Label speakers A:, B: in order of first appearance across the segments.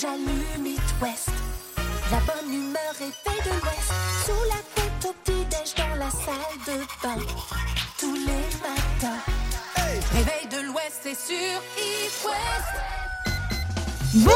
A: J'allume It West. La bonne humeur est faite de l'Ouest. Sous la tête au petit-déj dans la salle de bain. Tous les matins. Réveil de l'Ouest, c'est sur It West.
B: Bonjour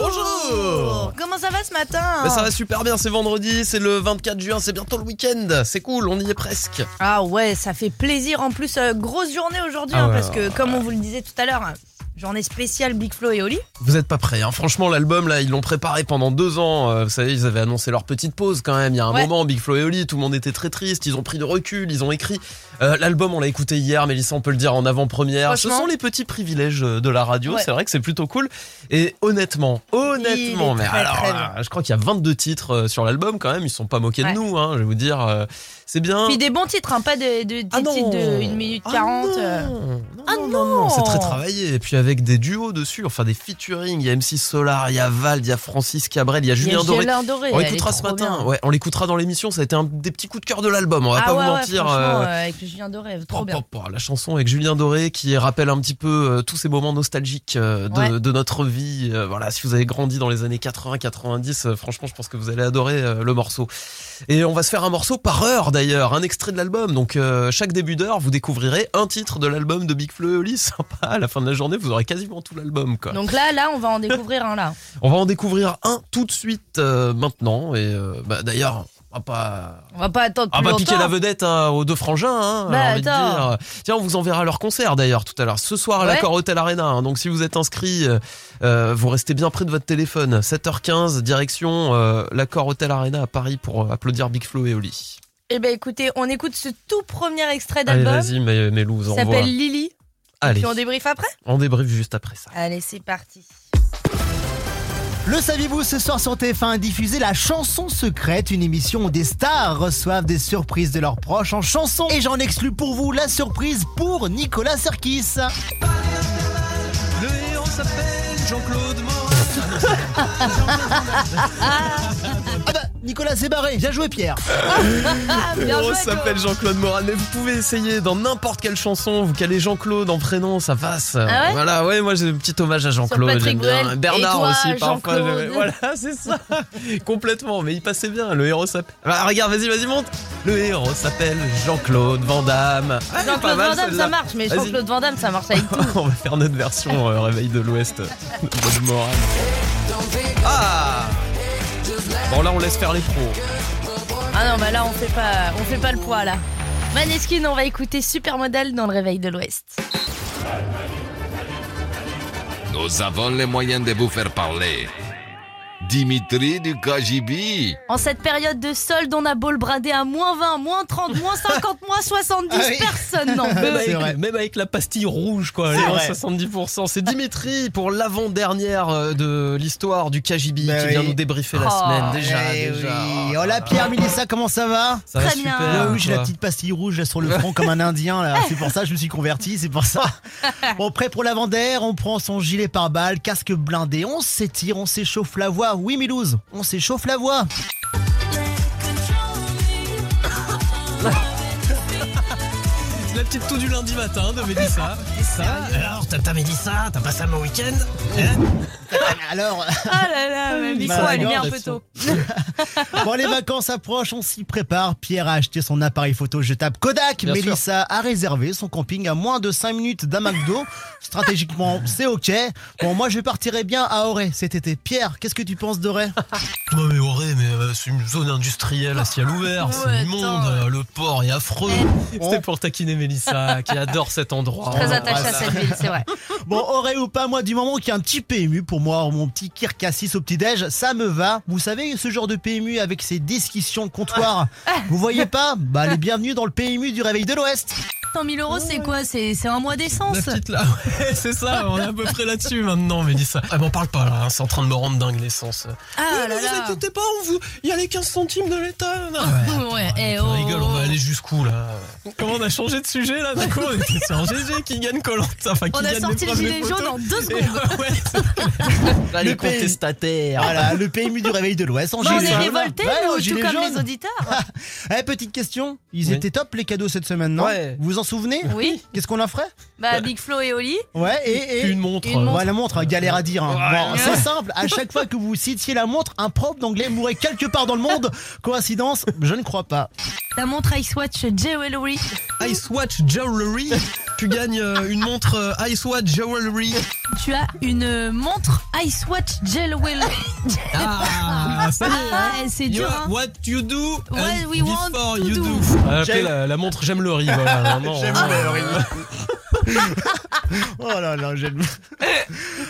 C: bonjour
B: Comment ça va ce matin
C: Mais ça va super bien, c'est vendredi, c'est le 24 juin, c'est bientôt le week-end, c'est cool, on y est presque.
B: Ah ouais, ça fait plaisir. En plus, euh, grosse journée aujourd'hui,
C: Ah
B: hein,
C: ouais,
B: parce que comme on vous le disait tout à l'heure, hein, journée spéciale Big Flo et Oli.
C: Vous êtes pas prêts, hein. franchement l'album là, ils l'ont préparé pendant deux ans, Euh, vous savez, ils avaient annoncé leur petite pause quand même, il y a un
B: Ouais.
C: moment, Big Flo et Oli, tout le monde était très triste, ils ont pris du recul, ils ont écrit. Euh, l'album on l'a écouté hier, Mélissa on peut le dire en avant-première, ce
B: Franchement.
C: sont les petits privilèges euh, de la radio,
B: Ouais.
C: c'est vrai que c'est plutôt cool. Et honnêtement, honnêtement,
B: Il est
C: mais
B: très,
C: alors,
B: très
C: euh, je crois qu'il y a 22 titres euh, sur l'album quand même, ils se sont pas moqués
B: Ouais.
C: de nous, hein, je vais vous dire, euh, c'est bien.
B: Puis des bons titres, hein, pas de, de- des
C: Ah non.
B: titres de 1 minute
C: Ah
B: 40.
C: non.
B: euh.
C: Non,
B: Ah
C: non, non,
B: non.
C: non, c'est très travaillé. Et puis avec des duos dessus, enfin des featuring. Il y a M6 Solar, il y a Vald, il y a Francis Cabrel, il y a
B: Il y a
C: Julien Doré.
B: Gérard Doré,
C: On
B: elle est
C: l'écoutera ce
B: trop
C: matin.
B: bien.
C: Ouais, on l'écoutera dans l'émission. Ça a été un des petits coups de cœur de l'album. On va
B: ah
C: pas
B: ouais,
C: vous
B: ouais,
C: mentir.
B: franchement,
C: euh,
B: euh, avec Julien Doré, trop
C: pom,
B: bien.
C: pom, pom, la chanson avec Julien Doré qui rappelle un petit peu euh, tous ces moments nostalgiques euh, de,
B: Ouais.
C: de notre vie. Euh, voilà, si vous avez grandi dans les années 80-90, franchement, je pense que vous allez adorer euh, le morceau. Et on va se faire un morceau par heure d'ailleurs, un extrait de l'album. Donc euh, chaque début d'heure, vous découvrirez un titre de l'album de Big Flo et Oli. Sympa, à la fin de la journée, vous aurez quasiment tout l'album. quoi.
B: Donc là, là, on va en découvrir un là.
C: On va en découvrir un tout de suite euh, maintenant. Et euh, bah, d'ailleurs, on va pas...
B: On va pas attendre
C: Ah
B: plus
C: bah piquer la
B: longtemps.
C: vedette hein, aux deux frangins, hein,
B: Bah,
C: j'ai envie de
B: attends.
C: dire. Tiens, on vous enverra leur concert d'ailleurs tout à l'heure, ce soir à
B: Ouais.
C: l'accord Hotel Arena. hein. donc si vous êtes inscrit, euh, euh, vous restez bien près de votre téléphone. 7h15, direction euh, l'accord Hotel Arena à Paris pour euh, applaudir Big Flo et Oli.
B: Eh ben écoutez, on écoute ce tout premier extrait
C: Allez,
B: d'album.
C: vas-y, mes- Mélou, vous
B: Ça
C: envoie.
B: s'appelle Lily.
C: Allez,
B: Puis on débrief après
C: on débrief juste après ça.
B: Allez, c'est parti.
D: Le saviez-vous, ce soir sur TF1 diffusée la chanson secrète, une émission où des stars reçoivent des surprises de leurs proches en chanson. Et j'en exclus pour vous la surprise pour Nicolas Serkis.
C: Le héros s'appelle Jean-Claude
D: Ah bah, Nicolas s'est barré, bien joué Pierre.
B: Ah,
C: Le
B: bien joué,
C: héros s'appelle
B: Joe.
C: Jean-Claude Moran, mais vous pouvez essayer dans n'importe quelle chanson, vous calez Jean-Claude en prénom, ça passe.
B: Ah ouais
C: voilà, ouais, moi j'ai un petit hommage à Jean-Claude,
B: Patrick
C: j'aime bien.
B: Bruel.
C: Bernard
B: Et toi,
C: aussi, parfois.
B: Jean-Claude.
C: j'aimais- Voilà, c'est ça, complètement, mais il passait bien, le héros s'appelle... Ah, regarde, vas-y, vas-y, monte Le héros s'appelle Jean-Claude Van Damme. Ah, elle est pas
B: Jean-Claude
C: mal,
B: Van Damme,
C: celle-là.
B: ça marche, mais
C: Vas-y.
B: Jean-Claude Van Damme, ça marche avec tout.
C: On va faire notre version euh, Réveil de l'Ouest de Bob Moran. Ah Bon là on laisse faire les pros.
B: Ah non, bah là, on fait pas, on fait pas le poids, là. Maneskin, on va écouter Supermodel dans le réveil de l'Ouest.
E: Nous avons les moyens de vous faire parler. Dimitri du KGB.
B: En cette période de solde, on a beau le brader à moins 20, moins 30, moins 50, moins 70,
D: Ah oui.
B: personne n'en
C: Même
B: veut.
C: avec,
D: vrai.
C: même avec la pastille rouge, quoi, les
D: C'est vrai.
C: 70%. C'est Dimitri pour l'avant-dernière euh, de l'histoire du KGB
D: Ben
C: qui vient
D: oui.
C: nous débriefer la
B: Oh.
C: semaine. Déjà,
D: Eh
C: déjà.
D: oui. Oh là Pierre, Mélissa, comment ça va Ah
C: Ça
B: Très
C: va
B: bien.
C: super.
D: oui, j'ai la
C: quoi.
D: petite pastille rouge là, sur le front comme un indien là. C'est pour ça que je me suis converti, c'est pour ça. Bon, prêt pour l'avant-d'air, on prend son gilet pare-balles, casque blindé, on s'étire, on s'échauffe la voix. Oui Milouz, on s'échauffe la voix.
C: La petite toux du lundi matin de Mélissa. ça. Alors, t'as t'as Mélissa, t'as passé un bon week-end
D: Alors,
B: Ah là là, le micro
D: Bah,
B: allumé
C: d'accord,
B: un peu
C: Jeff.
B: tôt.
D: Bon, les vacances approchent, on s'y prépare. Pierre a acheté son appareil photo jetable Kodak.
C: Bien sûr.
D: Mélissa a réservé son camping à moins de 5 minutes d'un McDo. Stratégiquement, c'est OK. Bon, moi, je partirai bien à Auray cet été. Pierre, qu'est-ce que tu penses d'Auray
C: Non mais Auré, mais euh, c'est une zone industrielle à ciel ouvert,
B: Ouais,
C: c'est immonde,
B: attends, ouais.
C: euh, le port est affreux. C'était pour taquiner Mélissa qui adore cet endroit.
B: Très attaché à
C: Voilà.
B: cette ville, c'est vrai.
D: Bon, Auray ou pas, moi, du moment qu'il y a un petit PMU pour moi, oh, mon petit Kirkassis au petit-déj, ça me va. Vous savez, ce genre de PMU avec ses discussions de comptoir, vous voyez pas Bah, les bienvenus dans le PMU du Réveil de l'Ouest.
B: 100 000 euros, c'est quoi C'est c'est un mois
C: La
B: d'essence
C: petite là, ouais, c'est ça, on est à peu près là-dessus maintenant, Mélissa. Ah, m'en parle pas là, hein, c'est en train de me rendre dingue l'essence.
B: Ah
C: Oui, mais
B: là là.
C: vous écoutez pas, on vous... il y a les 15 centimes de l'État. là.
B: Ouais, eh,
C: On
B: oh.
C: Ah, bah, rigole, on va aller jusqu'où là Comment on a changé de sujet là D'un coup, on était sur GG qui gagne Colanta. Enfin, qui
B: On a
C: gagne
B: sorti le
C: l'épreuve des
B: gilet jaune
C: photos.
B: en deux
C: Et,
B: secondes.
C: ouais,
D: Le
C: c'est-
D: pays.
C: contestataires.
D: Voilà, le PMU du Réveil de l'Ouest. en
B: Bah, on
D: gilet
B: est
D: jaune.
B: révoltés,
D: Ouais,
B: nous,
D: au
B: tout
D: gilet
B: comme
D: jaune.
B: les auditeurs.
D: Eh, petite question. Ils
C: Oui.
D: étaient top les cadeaux cette semaine, non
C: Ouais.
D: Vous en souvenez
B: Oui.
D: Qu'est-ce qu'on en ferait
B: Bah, Big Flo et Oli.
D: Ouais, et. et-
C: Une montre.
B: Une montre.
D: Ouais, la montre, galère à dire. hein. Bon,
B: Ouais.
D: c'est simple, à chaque fois que vous citiez la montre, un prof d'anglais mourait quelque part dans le monde. Coïncidence Je ne crois pas.
B: La montre Ice Watch Jewelry.
C: Ice Watch Jewelry. tu gagnes euh, une montre euh, Ice Watch Jewelry.
B: Tu as une euh, montre Ice Watch Jewelry.
C: Ah, ça y est.
B: Ah, c'est
C: You-
B: dur, hein.
C: What you do
B: What
C: and
B: we want
C: before
B: to
C: you
B: do.
C: do. On a appelé la, la montre j'aime le riz. Voilà, vraiment. hein.
D: Oh là là, j'aime.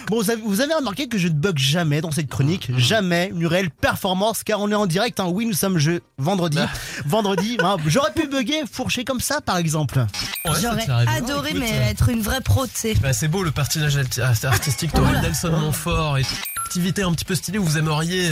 D: Bon, vous avez, vous avez remarqué que je ne bug jamais dans cette chronique, jamais une réelle performance, car on est en direct. hein. Oui, nous sommes jeu vendredi. Vendredi, hein, j'aurais pu bugger, fourcher comme ça par exemple.
C: Ouais, ça
B: J'aurais
C: t'est arrivé.
B: adoré,
C: Écoute,
B: mais
C: euh,
B: être une vraie pro, tu sais.
C: bah, c'est beau le partage arti- ah, artistique. T'aurais Nelson Montfort et activité un petit peu stylée où vous aimeriez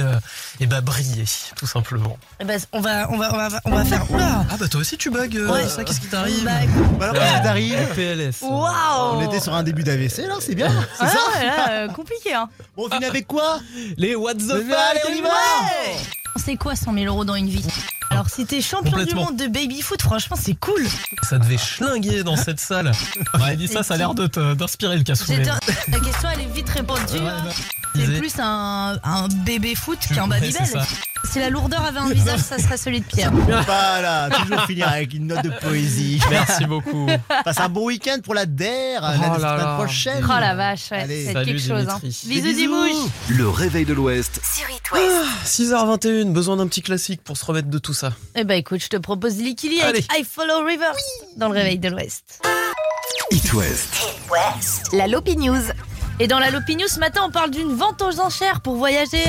C: et bah briller tout simplement.
B: Eh ben, on va, on va, on va, on va faire. Oula.
C: Ah bah toi aussi tu bugs euh,
B: Ouais.
C: ça qu'est-ce qui t'arrive
B: Bah, écoute,
D: Alors, qu'est-ce qui t'arrive
C: PLS.
B: Waouh.
D: On était sur un début d'AVC là, c'est bien.
B: Ah, ouais, là, euh, compliqué, hein.
D: Bon, on finit avec quoi
C: Les what the
D: Mais allez, on y va
B: C'est quoi 100 000 euros dans une vie Alors, si t'es champion du
C: Complètement.
B: monde de baby foot, franchement, c'est cool.
C: Ça devait schlinguer dans cette salle. Ouais, dit ça, ça a l'air de te- d'inspirer le
B: J'ai
C: cassoulet.
B: dit- La question, elle est vite répondue. hein. C'est
C: Disait-
B: plus un, un bébé foot
C: Ouais,
B: qu'un
C: c'est
B: Babybel.
C: ça.
B: Si la lourdeur avait un visage, ça serait celui de Pierre.
D: Voilà, toujours finir avec une note de poésie.
C: Merci beaucoup.
D: Passe un bon week-end pour la DER euh, la
C: Oh là
D: semaine
C: là.
D: prochaine.
B: Oh la vache, ouais,
D: Allez,
B: c'est
C: salut,
B: quelque chose. Hein.
C: Dimitri.
B: Bisous, Dimouche.
F: Le réveil de l'Ouest
A: Sur It West.
C: 6h21, besoin d'un petit classique pour se remettre de tout ça.
B: Eh bah écoute, je te propose Licky Lee avec I Follow River dans le réveil de l'Ouest.
F: It West.
A: La Lopi News.
B: Et dans la Lopinio ce matin, on parle d'une vente aux enchères pour voyager.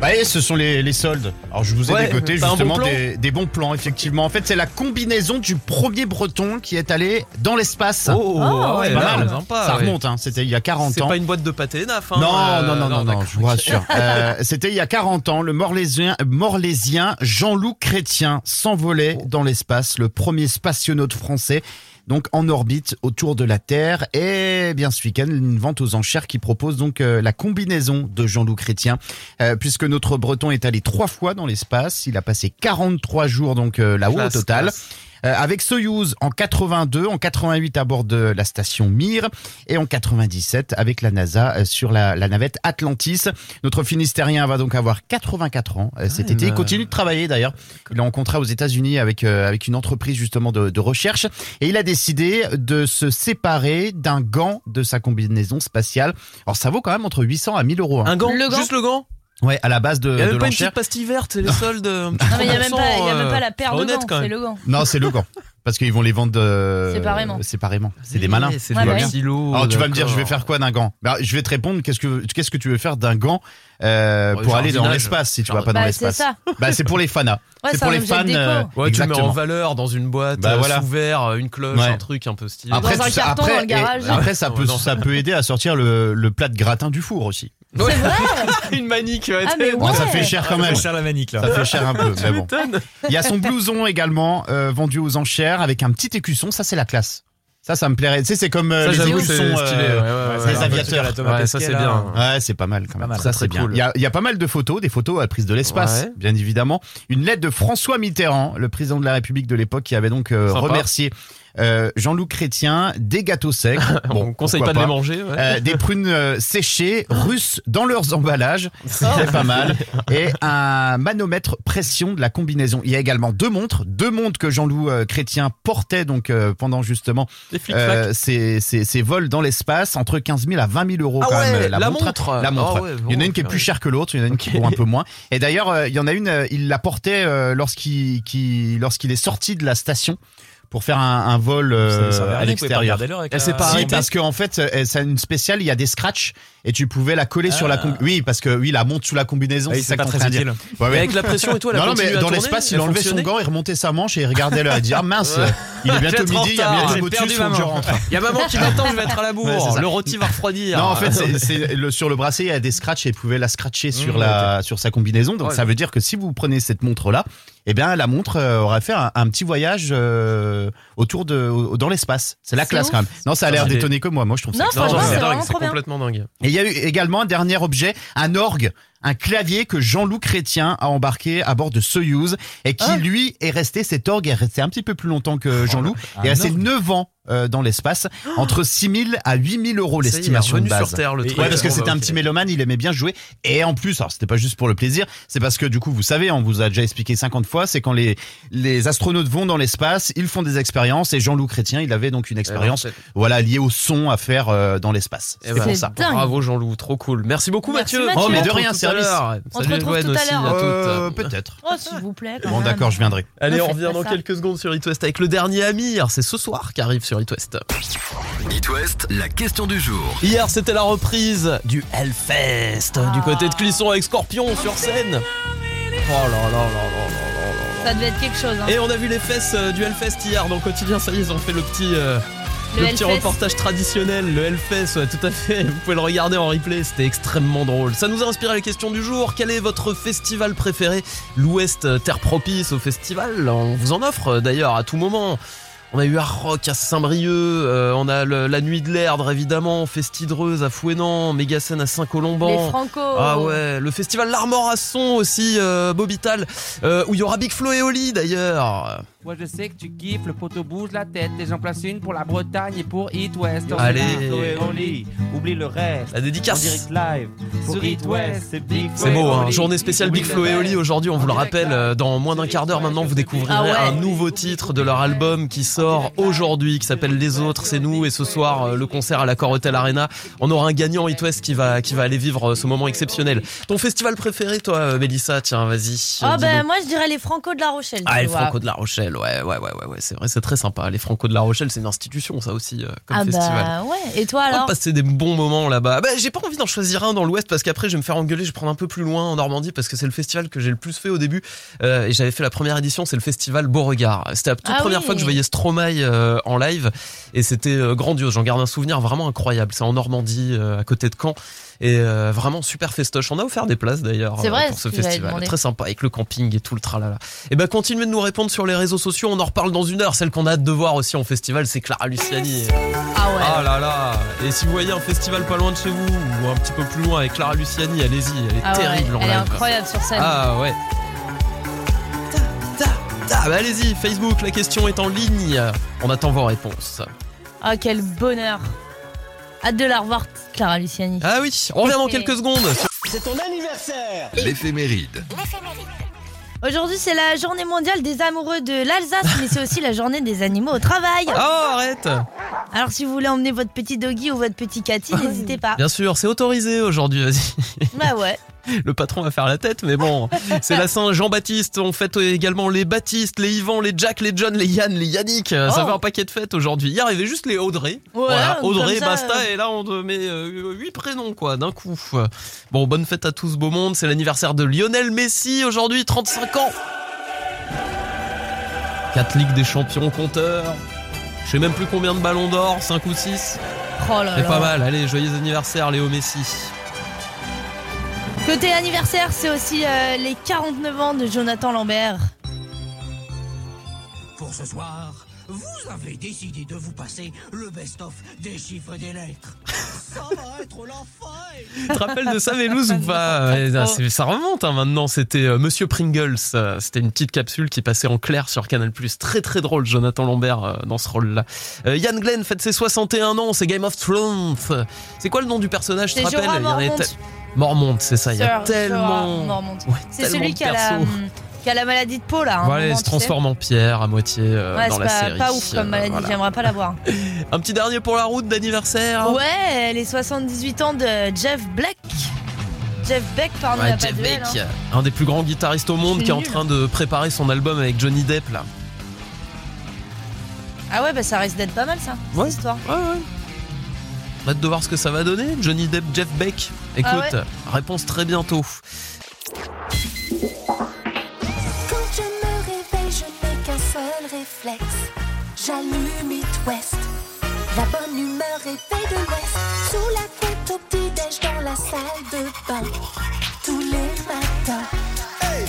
G: Bah, et ce sont les, les soldes. Alors, je vous ai
C: Ouais,
G: dégoté
C: t'as un
G: justement
C: bon plan
G: des, des bons plans, effectivement. En fait, c'est la combinaison du premier breton qui est allé dans l'espace.
C: Oh,
B: ah ouais,
G: pas mal.
C: sympa,
G: Ça
C: ouais.
G: remonte, hein. c'était il y a 40
C: C'est
G: ans.
C: pas une boîte de pâté naf. Hein,
G: Non,
C: euh,
G: non, non, non, non,
C: d'accord,
G: je vous
C: ok.
G: rassure. Euh, C'était il y a 40 ans, le Morlaisien, Morlaisien Jean-Loup Chrétien s'envolait dans l'espace, le premier spationaute français, donc en orbite autour de la Terre. Et bien ce week-end, une vente aux enchères qui propose donc euh, la combinaison de Jean-Loup Chrétien, Euh, puisque notre Breton est allé trois fois dans l'espace. Il a passé 43 jours donc euh, là-haut au
C: Classe,
G: total.
C: classe.
G: Euh, avec Soyouz en 82, en 88 à bord de la station Mir et en 97 avec la NASA euh, sur la, la navette Atlantis. Notre Finistérien va donc avoir 84 ans euh, cet
C: Quand
G: été. Il
C: même,
G: continue de travailler d'ailleurs. Il est en contrat aux États-Unis avec euh, avec une entreprise justement de, de recherche et il a décidé de se séparer d'un gant de sa combinaison spatiale. Alors ça vaut quand même entre 800 à 1000 euros. hein.
C: Un gant,
B: Le gant.
C: juste le gant.
G: Ouais, à la base de,
C: Il y a
G: Euh, de
C: même pas une
G: l'enchère.
C: petite pastille verte, les soldes. Non
B: Non mais il y a même pas, il y a même pas la paire de
C: euh, honnête,
B: gants,
C: quand
B: c'est
C: même.
B: le gant.
G: Non, c'est le gant parce qu'ils vont les vendre euh,
B: Séparément.
G: Séparément. C'est des malins.
C: C'est euh,
B: Ouais,
C: des
B: bah oui.
C: silos,
G: Alors tu vas me dire, je vais
C: Oh, d'accord.
G: faire quoi d'un gant Bah, Je vais te répondre, qu'est-ce que qu'est-ce que tu veux faire d'un gant euh,
C: Ouais,
G: pour aller dans
C: jardinage.
G: l'espace si tu vas pas
C: Jardin-
G: dans
B: bah c'est
G: l'espace
B: ça.
G: Bah c'est pour les fanas.
B: Ouais, c'est
G: c'est pour
B: un
G: les
B: objet de
G: fans.
B: déco.
G: euh,
C: Ouais, tu le mets en
G: exactement.
C: valeur dans une boîte,
G: Bah
C: euh,
G: voilà.
C: sous verre, une cloche,
G: Ouais.
C: un truc un peu stylé.
G: Après,
B: Dans un
G: tu sais,
B: carton,
G: après,
B: dans le
G: et-
B: garage.
G: après ça peut
C: Ouais, non.
G: ça peut aider à sortir le, le plat de gratin du four aussi.
B: C'est vrai
C: une manique. euh, ouais,
B: Ah, mais
C: t'es-
G: Bon, ça
B: Ouais.
G: fait cher quand
C: Ça
G: même.
C: fait cher la manique là.
G: Ça fait cher un peu, mais bon.
C: M'étonne.
G: Il y a son blouson également euh, vendu aux enchères avec un petit écusson. Ça c'est la classe. Ça ça me plairait. Tu sais c'est comme euh,
C: Ça,
G: les
C: j'avoue,
G: écussons,
C: c'est
G: euh,
C: stylé. ouais, ouais,
G: les
C: ouais, ouais.
G: aviateurs.
C: Ouais, ça, c'est bien.
G: Ouais, c'est pas mal quand même.
C: hein. mal.
G: Ça,
C: Très,
G: c'est
C: très
G: bien.
C: cool.
G: Il y, a, il y a pas mal de photos, des photos euh, prises de l'espace,
C: Ouais.
G: bien évidemment. Une lettre de François Mitterrand, le président de la République de l'époque, qui avait donc euh,
C: Sympa.
G: remercié euh, Jean-Loup Chrétien des gâteaux secs.
C: On
G: Bon,
C: conseille pas
G: pourquoi
C: de les manger. ouais.
G: Euh, des prunes euh, séchées russes dans leurs emballages,
C: Oh.
G: c'est pas mal. Et un manomètre pression de la combinaison. Il y a également deux montres, deux montres que Jean-Loup euh, Chrétien portait donc euh, pendant justement
C: Des flics
G: euh, ses, ses- ses vols dans l'espace, entre 15 000 à 20 000 euros quand même. euh,
C: Ah la, montre.
G: la montre.
C: Ah ouais,
G: Il y en a
C: bon,
G: une qui est
C: ouais.
G: plus chère que l'autre, il y en a une qui vaut un peu moins. Et d'ailleurs, euh, il y en a une, euh, il la portait euh, lorsqu'il qui- lorsqu'il est sorti de la station pour faire un, un vol euh, à l'extérieur. Eh,
C: Elle s'est pas
G: Si,
C: arrêtée.
G: Euh, parce qu'en fait, euh, ça a une spéciale, il y a des scratchs et tu pouvais la coller sur la com- Oui, parce que oui, la monte sous la combinaison,
C: Ah oui,
G: c'est ça
C: C'est pas
G: qu'on
C: très
G: train de dire.
C: utile.
G: Ouais, ouais.
C: Mais avec la pression et tout, elle a
G: Non, non,
C: continué
G: mais
C: à
G: dans
C: tourner,
G: l'espace,
C: elle
G: il enlevait son
C: fonctionnait.
G: gant, il remontait sa manche et il regardait l'heure. Il dit Ah mince,
C: Ouais.
G: euh, il est
C: Je vais
G: bientôt
C: être en
G: midi, il y a
C: retard.
G: bientôt
C: J'ai
G: le
C: perdu
G: dessus,
C: ma
G: faut que je
C: montre.
G: rentre.
C: Il y a maman qui m'attend, je vais être à la
G: Ouais, c'est
C: bourre.
G: ça.
C: le rôti va refroidir.
G: Non, en fait, c'est- c'est le, sur le bracelet, il y a des scratchs et il pouvait la scratcher sur,
C: Mmh,
G: la, sur sa combinaison. Donc,
C: Ouais.
G: ça veut dire que si vous prenez cette montre-là eh bien, la montre euh, aurait fait un, un petit voyage euh, autour de, au- dans l'espace. C'est la
B: C'est
G: classe
B: ouf.
G: quand même. Non, ça a l'air
C: Stylé.
G: d'étonner que moi. Moi, je trouve ça.
B: Non,
G: extra-
B: franchement,
C: mais
B: c'est
C: dingue,
B: vraiment
C: c'est
B: trop bien.
C: complètement dingue.
G: Et il y a eu également un dernier objet, un orgue, un clavier que Jean-Loup Chrétien a embarqué à bord de Soyuz et qui,
B: Ah.
G: lui, est resté, cet orgue est resté un petit peu plus longtemps
C: Oh,
G: que Jean-Loup. Il est resté 9 ans euh, dans l'espace, entre 6 000 à 8 000 euros
C: Ça y est, il est
G: l'estimation de
C: revenu
G: base.
C: sur Terre, le truc.
G: Ouais, parce que
C: Bon,
G: c'était
C: bah,
G: un
C: ok.
G: petit mélomane, il aimait bien jouer. Et en plus, alors c'était pas juste pour le plaisir, c'est parce que du coup, vous savez, on vous a déjà expliqué 50 fois, c'est quand les, les astronautes vont dans l'espace, ils font des expériences et Jean-Loup Chrétien, il avait donc une expérience,
C: Eh ben,
G: voilà, liée au son à faire euh, dans l'espace.
C: eh
G: C'est
C: ben,
G: pour
B: C'est
G: ça.
B: dingue.
C: Bravo Jean-Loup, trop cool. Merci beaucoup
B: Merci,
C: Mathieu.
B: Mathieu. Oh, mais de
C: On te
G: rien,
C: retrouve
G: service.
C: à l'heure.
B: On te
C: Salut,
B: retrouve
C: Joanne
B: tout à
C: aussi,
B: l'heure.
C: à toutes.
G: Euh, Peut-être.
B: Oh, s'il vous plaît. quand
G: Bon,
B: même.
G: d'accord, je viendrai.
C: Allez,
B: Ne
C: on
B: faites
C: revient
B: pas
C: dans
B: ça.
C: quelques secondes sur It West avec le dernier Amir. C'est ce soir qu'arrive sur It West.
F: It West, la question du jour.
C: Hier, c'était la reprise du Hellfest du côté de Clisson avec Scorpion sur scène. Oh là là là là
B: Ça devait être quelque chose. hein.
C: là. Et on a vu les fesses euh, du Hellfest hier dans le quotidien. Ça y est, ils ont fait le petit, euh, le petit
B: Hellfest.
C: reportage traditionnel, le Hellfest. Ouais, tout à fait. Vous pouvez le regarder en replay. C'était extrêmement drôle. Ça nous a inspiré la question du jour. Quel est votre festival préféré L'Ouest, euh, terre propice au festival. On vous en offre euh, d'ailleurs à tout moment. On a eu Hard Rock à Saint-Brieuc, euh, on a le- la Nuit de l'Erdre évidemment, Festidreuse à Fouesnant, Mégasène à Saint-Colomban.
B: Les Franco.
C: Ah ouais, le festival L'Armor à Son aussi, euh, Bobital, euh, où il y aura Big Flo et Oli d'ailleurs.
H: Moi je sais que tu kiffes, le poteau bouge la tête, et j'en place une pour la Bretagne et pour It West.
C: Allez.
H: oublie le reste.
C: La dédicace.
H: live sur It West, c'est Big
C: C'est beau, hein. journée spéciale Big Flo et Oli aujourd'hui, on vous le rappelle, euh, dans moins d'un quart d'heure maintenant, vous
B: Ah
C: découvrirez
B: ouais.
C: un nouveau titre de leur album qui sort aujourd'hui, qui s'appelle Les Autres, c'est nous, et ce soir, euh, le concert à l'accord Hotel Arena. On aura un gagnant It West qui va, qui va aller vivre euh, ce moment exceptionnel. Ton festival préféré, toi, euh, Mélissa, tiens, vas-y. euh,
B: Ah
C: dis-nous.
B: ben moi je dirais les Franco de La Rochelle.
C: Ah,
B: tu
C: les
B: vois.
C: Franco de la Rochelle, ouais, ouais, ouais, ouais, ouais, c'est vrai, c'est très sympa. Les Franco de la Rochelle, c'est une institution, ça aussi, euh, comme
B: Ah
C: festival. Oh,
B: bah ouais. Et toi
C: On va
B: alors
C: passer des bons moments là-bas. Bah, j'ai pas envie d'en choisir un dans l'Ouest parce qu'après je vais me faire engueuler. Je vais prendre un peu plus loin en Normandie parce que c'est le festival que j'ai le plus fait au début Euh, et j'avais fait la première édition. C'est le festival Beauregard. C'était la toute
B: Ah
C: première
B: oui.
C: fois que je voyais Stromae euh, en live et c'était euh, grandiose. J'en garde un souvenir vraiment incroyable. C'est en Normandie, euh, à côté de Caen et euh, vraiment super festoche. On a offert des places d'ailleurs
B: C'est
C: euh,
B: vrai,
C: pour ce
B: ce que j'avais
C: festival.
B: demandé.
C: Très sympa avec le camping et tout le tralala. Et ben continuez de nous répondre sur les réseaux sociaux. On en reparle dans une heure. Celle qu'on a hâte de voir aussi en festival, c'est Clara Luciani.
B: Ah ouais.
C: Ah là là Et si vous voyez un festival pas loin de chez vous ou un petit peu plus loin avec Clara Luciani, allez-y, elle est
B: Ah ouais,
C: terrible en
B: Elle est
C: live.
B: incroyable sur scène.
C: Ah ouais. Ta, ta, ta. Bah, allez-y, Facebook, la question est en ligne. On attend vos réponses.
B: Ah quel bonheur. Hâte de la revoir Clara Luciani.
C: Ah oui, on revient dans quelques secondes.
E: l'éphéméride.
B: Aujourd'hui c'est la journée mondiale des amoureux de l'Alsace mais c'est aussi la journée des animaux au travail.
C: Oh, arrête
B: Alors si vous voulez emmener votre petit doggy ou votre petit cathy n'hésitez pas.
C: Bien sûr, c'est autorisé aujourd'hui, vas-y.
B: Bah ouais.
C: Le patron va faire la tête, mais bon. C'est la Saint Jean-Baptiste, on fête également les Baptistes, les Yvan, les Jack, les John, les Yann, les Yannick. Euh, Ça
B: Oh.
C: fait un paquet de fêtes aujourd'hui. Hier, il y avait juste les Audrey.
B: Ouais,
C: Voilà,
B: comme
C: Audrey,
B: ça,
C: Basta,
B: euh.
C: et là on te met euh, huit prénoms quoi, d'un coup. Bon, bonne fête à tout ce beau monde, c'est l'anniversaire de Lionel Messi aujourd'hui, 35 ans. 4 Ligues des Champions compteurs. Je sais même plus combien de ballons d'or, 5 ou 6.
B: Oh là
C: C'est
B: là.
C: pas mal, allez, joyeux anniversaire Léo Messi.
B: Côté anniversaire c'est aussi euh, les 49 ans de Jonathan Lambert.
I: Pour ce soir, vous avez décidé de vous passer le best-of des chiffres et des lettres. Ça va être la fête
C: Tu te rappelles de ça Vélouse ou pas Ouais, ça, c'est- Ça remonte hein, maintenant, c'était euh, Monsieur Pringles, euh, c'était une petite capsule qui passait en clair sur Canal+. Très très drôle Jonathan Lambert euh, dans ce rôle-là. Euh, Yann Glenn fête ses 61 ans, c'est Game of Thrones. C'est quoi le nom du personnage tu te
B: C'est Jorah
C: rappelles Il y en avait
B: Mormont.
C: te- Mormont, c'est ça, il y a
B: Sir Jorah
C: tellement...
B: Mormont.
C: Ouais,
B: C'est
C: tellement
B: celui
C: de
B: qui a, la,
C: persos.
B: hum, qui a la maladie de peau là. à un
C: Voilà, il
B: moment,
C: se
B: tu sais.
C: transforme en pierre à moitié euh,
B: Ouais,
C: dans
B: c'est
C: la
B: pas,
C: série.
B: pas ouf
C: Euh,
B: comme maladie,
C: voilà.
B: j'aimerais pas l'avoir.
C: Un petit dernier pour la route d'anniversaire
B: Ouais, les 78 ans de Jeff Black. Jeff Beck, pardon, il y
C: Ouais,
B: a pas
C: Jeff
B: de L,
C: Beck,
B: hein.
C: un des plus grands guitaristes au monde
B: C'est
C: qui est en
B: nul.
C: train de préparer son album avec Johnny Depp là.
B: Ah ouais, bah ça risque d'être pas mal ça, cette
C: Ouais.
B: histoire.
C: Ouais, ouais. On a hâte de voir ce que ça va donner. Johnny Depp, Jeff Beck. Écoute,
B: Ah
C: réponse très bientôt.
A: Quand je me réveille, je n'ai qu'un seul réflexe. J'allume It West. La bonne humeur est faite de l'Ouest. Sous la couette au petit-déj dans la salle de bain. Tous les matins.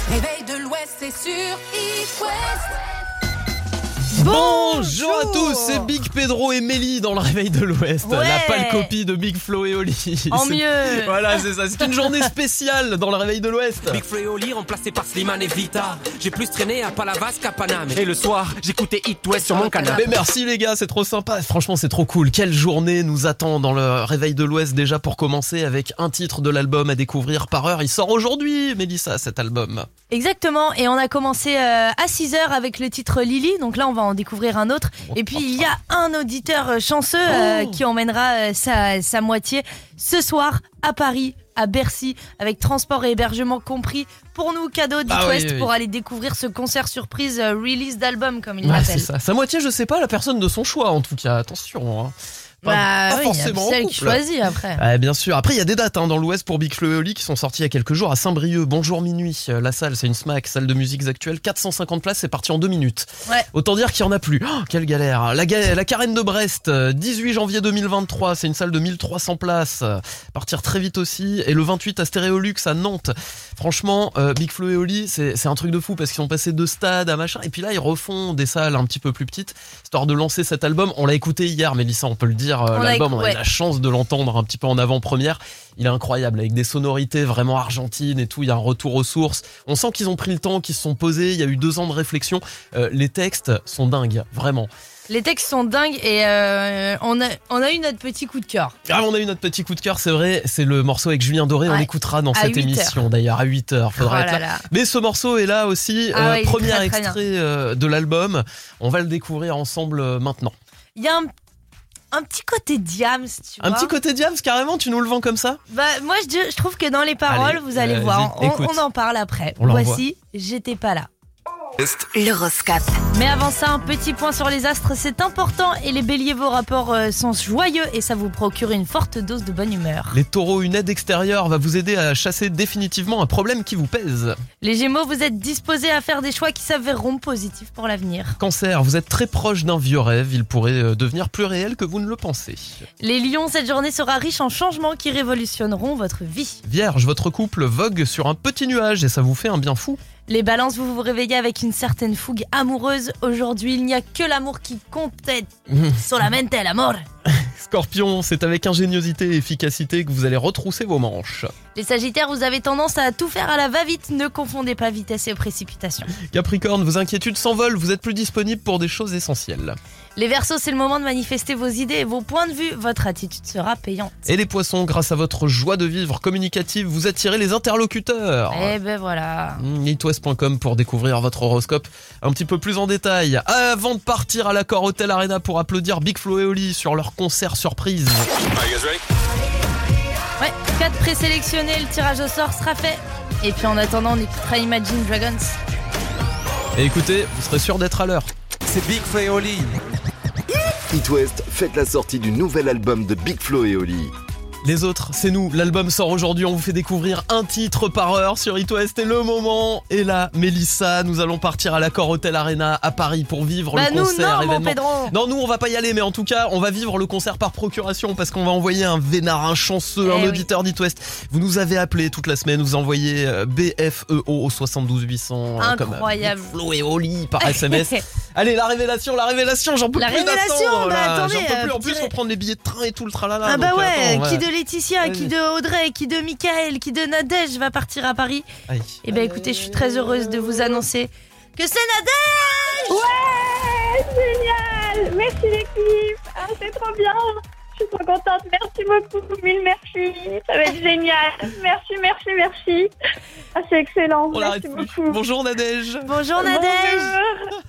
A: Réveil de l'Ouest. c'est sur It West.
C: Bonjour à tous, c'est Big Pedro et Mélie dans le réveil de l'Ouest.
B: Ouais.
C: La pâle copie de Big Flo et Oli.
B: En
C: C'est-
B: mieux.
C: Voilà, c'est ça. C'est une journée spéciale dans le réveil de l'Ouest.
I: Big Flo et Oli remplacé par Slimane et Vita. J'ai plus traîné à Palavas qu'à Paname. Et le soir, j'écoutais Hit West sur mon canapé.
C: Mais merci les gars, c'est trop sympa. Franchement, c'est trop cool. Quelle journée nous attend dans le réveil de l'Ouest déjà pour commencer avec un titre de l'album à découvrir par heure. Il sort aujourd'hui, Mélissa, cet album.
B: Exactement, et on a commencé euh, à 6h avec le titre Lily, donc là on va en découvrir un autre. Et puis il y a un auditeur euh, chanceux euh,
C: Oh.
B: qui emmènera euh, sa, sa moitié ce soir à Paris, à Bercy, avec transport et hébergement compris. Pour nous, cadeau d'It
C: Ah oui,
B: West
C: oui, oui.
B: pour aller découvrir ce concert surprise euh, release d'album, comme il
C: Ouais,
B: l'appelle.
C: c'est ça. Sa moitié, je sais pas, la personne de son choix en tout cas. Attention. hein. Pas- pas
B: Bah oui,
C: forcément en
B: celle qui
C: couple.
B: choisit après.
C: Ouais, bien sûr. Après, il y a des dates hein, dans l'Ouest pour Big Flo et Oli qui sont sorties il y a quelques jours à Saint-Brieuc. Bonjour minuit. Euh, La salle, c'est une SMAC, salle de musiques actuelles. 450 places, c'est parti en deux minutes.
B: Ouais.
C: Autant dire qu'il y en a plus. Oh, quelle galère. La, ga- la carène de Brest, euh, 18 janvier 2023, c'est une salle de 1300 places. Euh, Partir très vite aussi. Et le 28 à Stéréolux à Nantes. Franchement, euh, Big Flo et Oli, c'est c'est un truc de fou parce qu'ils sont passés de stade à machin. Et puis là, ils refont des salles un petit peu plus petites histoire de lancer cet album. On l'a écouté hier, Mélissa, on peut le dire. euh,
B: On l'a
C: L'album,
B: écou-
C: on a eu
B: ouais.
C: la chance de l'entendre un petit peu en avant-première. Il est incroyable, avec des sonorités vraiment argentines et tout. Il y a un retour aux sources. On sent qu'ils ont pris le temps, qu'ils se sont posés. Il y a eu deux ans de réflexion. Euh, les textes sont dingues, vraiment.
B: Les textes sont dingues et euh, on, a, on a eu notre petit coup de cœur.
C: Ah, on a eu notre petit coup de cœur, c'est vrai. C'est le morceau avec Julien Doré. On
B: Ouais.
C: écoutera dans
B: À
C: cette
B: 8 heures.
C: émission, d'ailleurs, à 8h.
B: Oh
C: Faudra être là.
B: là là.
C: Mais ce morceau est là aussi,
B: Ah
C: euh,
B: ouais, il est
C: premier
B: très, très bien.
C: extrait euh, de l'album. On va le découvrir ensemble euh, maintenant.
B: Il y a un, un petit côté diams, tu
C: Un
B: vois.
C: petit côté Diams, carrément, tu nous le vends comme ça
B: Bah, moi, je, dis- je trouve que dans les paroles,
C: Allez,
B: vous allez
C: euh,
B: voir,
C: vas-y,
B: on,
C: écoute.
B: on en parle après.
C: On l'envoie.
B: Voici, j'étais pas là.
F: Est,
A: L'horoscope.
B: Mais avant ça, un petit point sur les astres, c'est important et les béliers, vos rapports euh, sont joyeux et ça vous procure une forte dose de bonne humeur.
C: Les taureaux, une aide extérieure va vous aider à chasser définitivement un problème qui vous pèse.
B: Les gémeaux, vous êtes disposés à faire des choix qui s'avéreront positifs pour l'avenir.
C: Cancer, vous êtes très proche d'un vieux rêve, il pourrait euh, devenir plus réel que vous ne le pensez.
B: Les lions, cette journée sera riche en changements qui révolutionneront votre vie.
C: Vierge, votre couple vogue sur un petit nuage et ça vous fait un bien fou.
B: Les balances, vous vous réveillez avec une certaine fougue amoureuse. Aujourd'hui, il n'y a que l'amour qui compte. Solamente el amor.
C: Scorpion, c'est avec ingéniosité et efficacité que vous allez retrousser vos manches.
B: Les Sagittaires, vous avez tendance à tout faire à la va-vite. Ne confondez pas vitesse et précipitation.
C: Capricorne, vos inquiétudes s'envolent, vous êtes plus disponible pour des choses essentielles.
B: Les Verseaux, c'est le moment de manifester vos idées et vos points de vue. Votre attitude sera payante.
C: Et les poissons, grâce à votre joie de vivre communicative, vous attirez les interlocuteurs. Hmm,
B: Eh ben voilà.
C: itwest.com pour découvrir votre horoscope un petit peu plus en détail. Avant de partir à l'accord Hotel Arena pour applaudir Big Flo et Oli sur leur concert surprise.
B: Ouais, 4 présélectionnés, le tirage au sort sera fait. Et puis en attendant, on écoutera Imagine Dragons.
C: Et écoutez, vous serez sûr d'être à l'heure.
I: C'est Big Flo et Oli.
F: It West fête la sortie du nouvel album de Big Flo et Oli.
C: Les autres, c'est nous. L'album sort aujourd'hui. On vous fait découvrir un titre par heure sur itwest. Et le moment est là. Mélissa, nous allons partir à l'accord Hotel Arena à Paris pour vivre
B: bah
C: le
B: nous,
C: concert
B: non, mon
C: événement.
B: Pedro.
C: Non, nous, on va pas y aller, mais en tout cas, on va vivre le concert par procuration parce qu'on va envoyer un vénard, un chanceux,
B: Eh
C: un
B: oui.
C: auditeur d'It West. Vous nous avez appelé toute la semaine, vous envoyez euh, BFEO au 72 800. euh, comme, euh,
B: Incroyable.
C: Flo et Oli par SMS. Allez, la révélation, la révélation, j'en peux
B: La
C: plus
B: révélation,
C: d'attendre,
B: bah,
C: là.
B: attendez,
C: J'en peux plus,
B: euh,
C: en plus,
B: tirez-
C: faut prendre les billets de train et tout le tralala.
B: Ah bah
C: donc, euh,
B: ouais,
C: attends,
B: qui de Laetitia,
C: Ouais,
B: qui
C: mais-
B: de Audrey, qui de Michael, qui de Nadège va partir à Paris.
C: Aïe.
B: Eh ben écoutez, je suis très heureuse de vous annoncer que c'est Nadège
J: Ouais, génial Merci l'équipe ah, C'est trop bien Je suis trop contente, merci beaucoup, mille merci Ça va être génial Merci, merci, merci ah, C'est excellent,
C: On
J: merci
C: l'arrête plus.
J: beaucoup
C: Bonjour Nadège.
B: Bonjour Nadège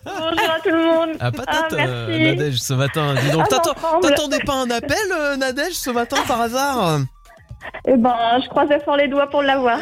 J: Bonjour. Bonjour à tout le monde
C: Ah, patate,
J: Ah,
C: euh,
J: merci.
C: Nadège, ce matin. Dis donc,
J: Ah,
C: t'attends-
J: l'ensemble.
C: t'attendais pas un appel, euh, Nadège, ce matin, par hasard
J: Eh ben, je croise fort les doigts pour l'avoir.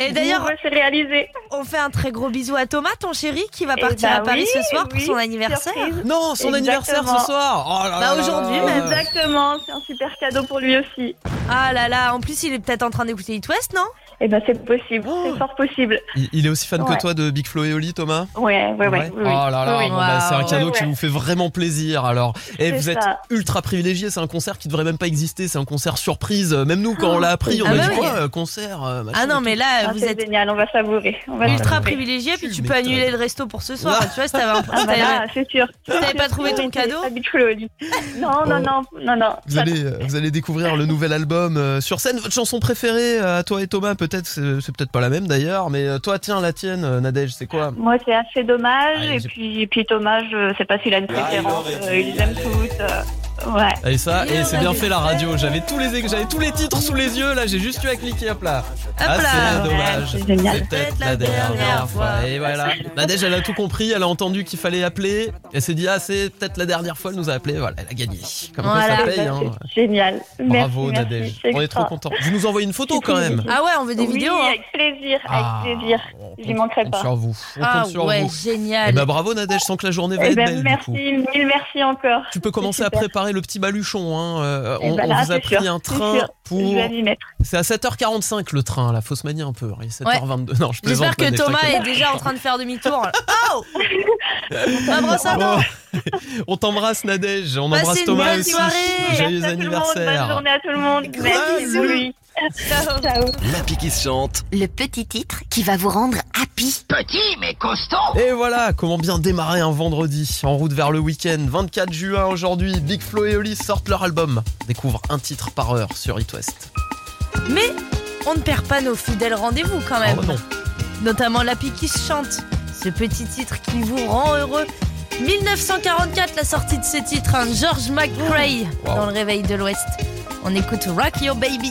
B: Et d'ailleurs,
J: c'est réalisé.
B: on fait un très gros bisou à Thomas, ton chéri, qui va partir
J: bah
B: à Paris
J: oui,
B: ce soir pour
J: oui,
B: son anniversaire.
J: Surprise.
C: Non, son anniversaire
J: Exactement.
C: ce soir. Oh là
B: Bah,
C: là là
B: aujourd'hui
C: là là.
B: même.
J: Exactement, c'est un super cadeau pour lui aussi.
B: Ah là là, en plus il est peut-être en train d'écouter It West, non
J: Eh ben, c'est possible, c'est fort possible.
C: Il, il est aussi fan
J: Ouais.
C: que toi de Big Flo et Oli, Thomas
J: Ouais, ouais, ouais.
C: Ouais.
J: oui, oui.
C: Oh là là,
J: Oui, oui.
C: bon, bah, c'est un cadeau
J: Ouais,
C: qui
J: ouais.
C: vous fait vraiment plaisir alors. Et
J: C'est
C: vous êtes
J: ça. Ah,
C: ultra privilégié, c'est un concert qui devrait même pas exister, c'est un concert surprise. Même nous, quand on l'a appris, on
B: Ah
C: a
B: bah
C: dit
B: oui.
C: quoi, euh, concert euh, machin
B: Ah non, mais là,
J: Ah,
B: vous
J: c'est
B: êtes
J: génial, on va savourer. On va
B: ultra
J: savourer.
B: privilégié, puis tu peux
C: m'étonnes.
B: annuler le resto pour ce soir. Tu vois, si t'avais un-
J: Ah
B: si
J: bah
B: t'avais-
J: là, c'est sûr.
B: si t'avais pas trouvé ton
J: Oui,
B: cadeau.
J: c'est habituel au lit. Non, non, non, non, non.
C: Oh. Vous allez, euh, vous allez découvrir le nouvel album euh, sur scène. Votre chanson préférée euh, à toi et Thomas, peut-être, c'est c'est peut-être pas la même d'ailleurs, mais euh, toi, tiens, la tienne, euh, Nadège, c'est quoi
J: Moi, c'est assez dommage.
C: Allez, Ah,
J: et
C: j'ai-
J: puis, et puis Thomas, je sais pas s'il a une préférence. euh, il les aime toutes. euh, ouais.
C: Et ça, et c'est bien fait la radio. J'avais tous les, j'avais tous les titres sous les yeux. Là, j'ai juste eu à cliquer à plat. ah,
B: là.
C: c'est dommage.
J: Ouais, c'est génial.
C: C'est peut-être la dernière fois. Et voilà. Nadège, elle a tout compris. Elle a entendu qu'il fallait appeler. Elle s'est dit, ah, c'est peut-être la dernière fois. Elle nous a appelé. Voilà, elle a gagné. Comme quoi,
B: Voilà.
C: ça
J: Eh
C: paye.
J: ben,
C: hein.
J: c'est Génial.
C: Bravo,
J: merci, merci,
C: Nadège.
J: c'est
C: On est trop
J: extra.
C: contents. Vous nous envoyez une photo
J: C'est
C: quand même.
B: Ah ouais, on veut des
J: oui,
B: vidéos. hein.
J: avec plaisir,
C: Ah,
J: avec plaisir.
C: on
J: J'y
C: compte-
J: manquerai
C: on
J: pas.
C: compte sur vous. On
B: Ah
C: compte sur
B: ouais,
C: vous. Eh
B: génial.
C: ben, bravo, Nadège. Je sens que la journée va
J: Eh
C: être
J: ben,
C: belle. du
J: merci,
C: coup.
J: mille merci encore.
C: Tu peux commencer à
J: super.
C: préparer le petit baluchon. Hein. Euh,
J: Eh
C: on,
J: ben
C: on
J: là,
C: vous a
J: c'est
C: pris
J: sûr,
C: un
J: c'est
C: train
J: sûr. Je
C: pour.
J: vais m'y mettre.
C: C'est à 7h45 le train, là, faut se manier un peu. hein. Il est 7h22. Non, je plaisante,
B: J'espère que
C: Nadège,
B: Thomas
C: t'inquiète.
B: est déjà en train de faire demi-tour. Oh Ma brosse à dents.
C: Bon. On t'embrasse, Nadège. On
B: Passez
C: embrasse
B: une
C: Thomas
B: bonne
C: aussi.
B: soirée.
J: Merci
C: Joyeux
J: à tout le monde,
C: anniversaire.
J: Bonne journée à tout le monde.
B: Gros
J: Merci,
B: bisous.
J: Louis. Ciao.
F: L'appli qui se chante.
A: Le petit titre qui va vous rendre happy.
I: Petit mais costaud
C: Et voilà, comment bien démarrer un vendredi en route vers le week-end. 24 juin aujourd'hui, Big Flo et Oli sortent leur album. Découvre un titre par heure sur It West.
B: Mais on ne perd pas nos fidèles rendez-vous quand même.
C: Oh non.
B: Notamment l'appli qui se chante. Ce petit titre qui vous rend heureux. 1944, la sortie de ce titre, hein, George McRae
C: Wow.
B: dans le Réveil de l'Ouest. On écoute Rock Your Baby.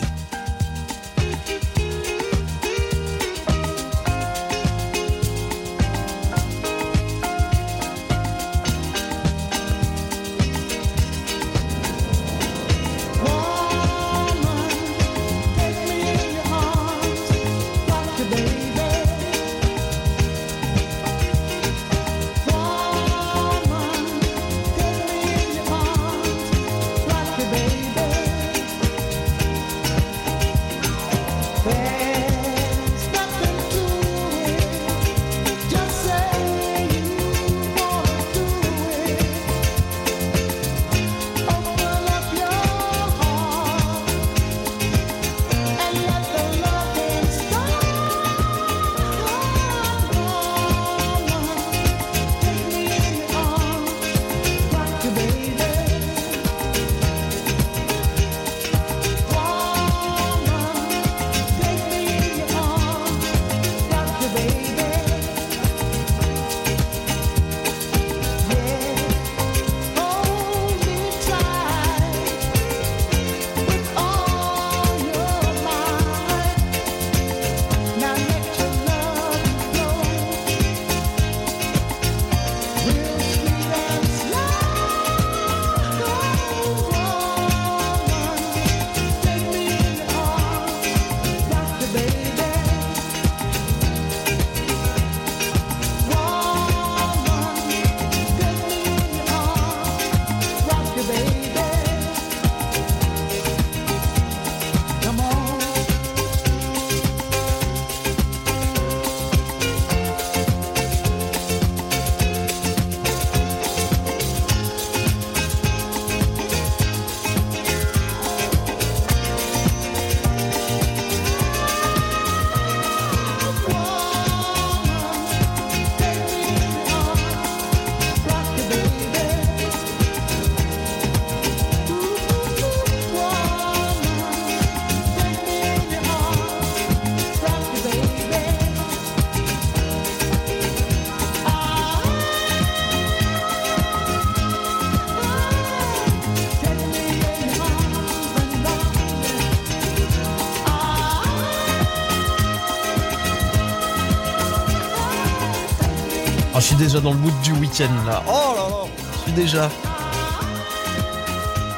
C: Oh, je suis déjà dans le mood du week-end là. Oh là là, je suis déjà.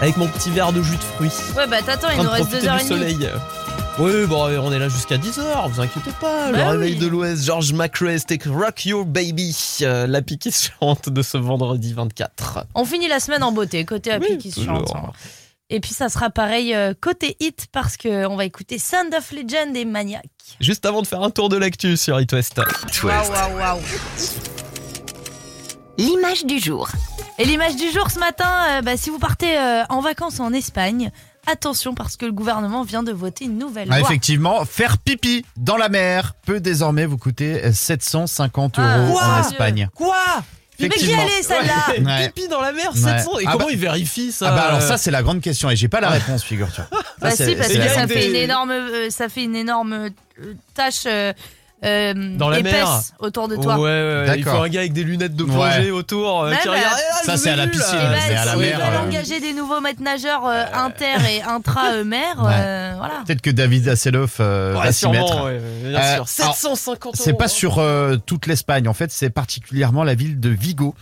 C: Avec mon petit verre de jus de fruits.
B: Ouais, bah t'attends, il
C: en
B: nous
C: train de
B: reste
C: profiter
B: deux heures
C: du
B: et demie.
C: soleil. Oui, bon, on est là jusqu'à 10h, vous inquiétez pas. Le
B: Bah
C: réveil
B: oui.
C: de l'Ouest, George McRae, c'était Rock Your Baby, euh, la pique qui se chante de ce vendredi 24.
B: On finit la semaine en beauté, côté appli qui se chante.
C: toujours.
B: Et puis ça sera pareil euh, côté hit parce que on va écouter Sound of Legend et Maniac.
C: Juste avant de faire un tour de l'actu sur It West.
B: L'image du jour. Et l'image du jour ce matin, euh, bah, si vous partez euh, en vacances en Espagne, attention parce que le gouvernement vient de voter une nouvelle
G: Ah,
B: loi.
G: effectivement, faire pipi dans la mer peut désormais vous coûter euh, 750
B: Ah,
G: euros
B: quoi
G: en Espagne.
C: Quoi
B: Mais qui
G: Effectivement.
B: allait celle-là
G: Ouais. Ouais.
C: Pipi dans la mer,
G: Ouais.
C: 700. Et
G: Ah
C: comment
G: bah-
C: ils vérifient ça
G: Ah bah alors
C: euh,
G: ça c'est la grande question et j'ai pas la réponse figure-toi.
B: Ah. Bah
G: Ça,
B: si,
G: ah, c'est-
B: parce
G: c'est
B: que
G: la-
B: ça
C: des-
B: fait une énorme, euh, ça fait une énorme euh, tâche euh, euh,
C: Dans la
B: épaisse
C: mer.
B: autour de toi.
C: Ouais, ouais, ouais. il faut
G: D'accord.
C: un gars avec des lunettes de
G: Ouais.
C: plongée autour euh,
B: Ouais,
C: qui
B: bah.
C: regarde. Eh, là, je
G: Ça,
C: vous
G: c'est
C: ai
G: à la
C: vu, là.
G: piscine,
B: Et bah,
G: mais à la
B: s'ils
G: mer,
B: veulent
G: euh,
B: engager des nouveaux maîtres nageurs euh, inter et intra-mer,
G: Ouais.
B: euh, voilà.
G: Peut-être que David Asseloff euh,
C: Ouais,
G: va s'y
C: sûrement,
G: mettre.
C: ouais, ouais, bien
G: Euh,
C: sûr. 750 euros.
G: C'est pas sur euh, toute l'Espagne, en fait, c'est particulièrement la ville de Vigo,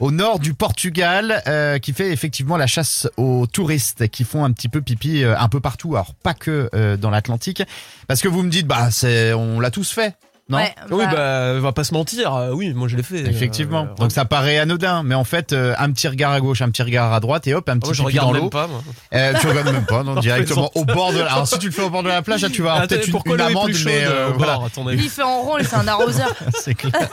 G: au nord du Portugal, euh, qui fait effectivement la chasse aux touristes qui font un petit peu pipi euh, un peu partout, alors pas que euh, dans l'Atlantique, parce que vous me dites, bah, c'est, on l'a tous fait, non
B: Ouais,
C: Oui,
B: bah,
C: bah, on va pas se mentir. euh, Oui, moi je l'ai fait.
G: Effectivement.
C: Euh,
G: Donc ça paraît anodin, mais en fait, euh, un petit regard à gauche, un petit regard à droite, et hop, un
C: ah,
G: petit
C: moi, je
G: pipi dans
C: regarde
G: l'eau.
C: même pas. Moi.
G: Euh, tu regardes même pas, non,
C: Non,
G: directement au
C: plaisante.
G: bord de. la- Alors si tu le fais au bord de la plage, là, tu vas avoir
C: Attendez,
G: peut-être une,
C: pourquoi
G: une
C: l'eau est
G: amende,
C: plus chaude
G: mais euh,
C: euh, au
G: voilà.
C: bord, attendez.
B: lui, il fait en rond, il fait un arroseur.
G: C'est clair.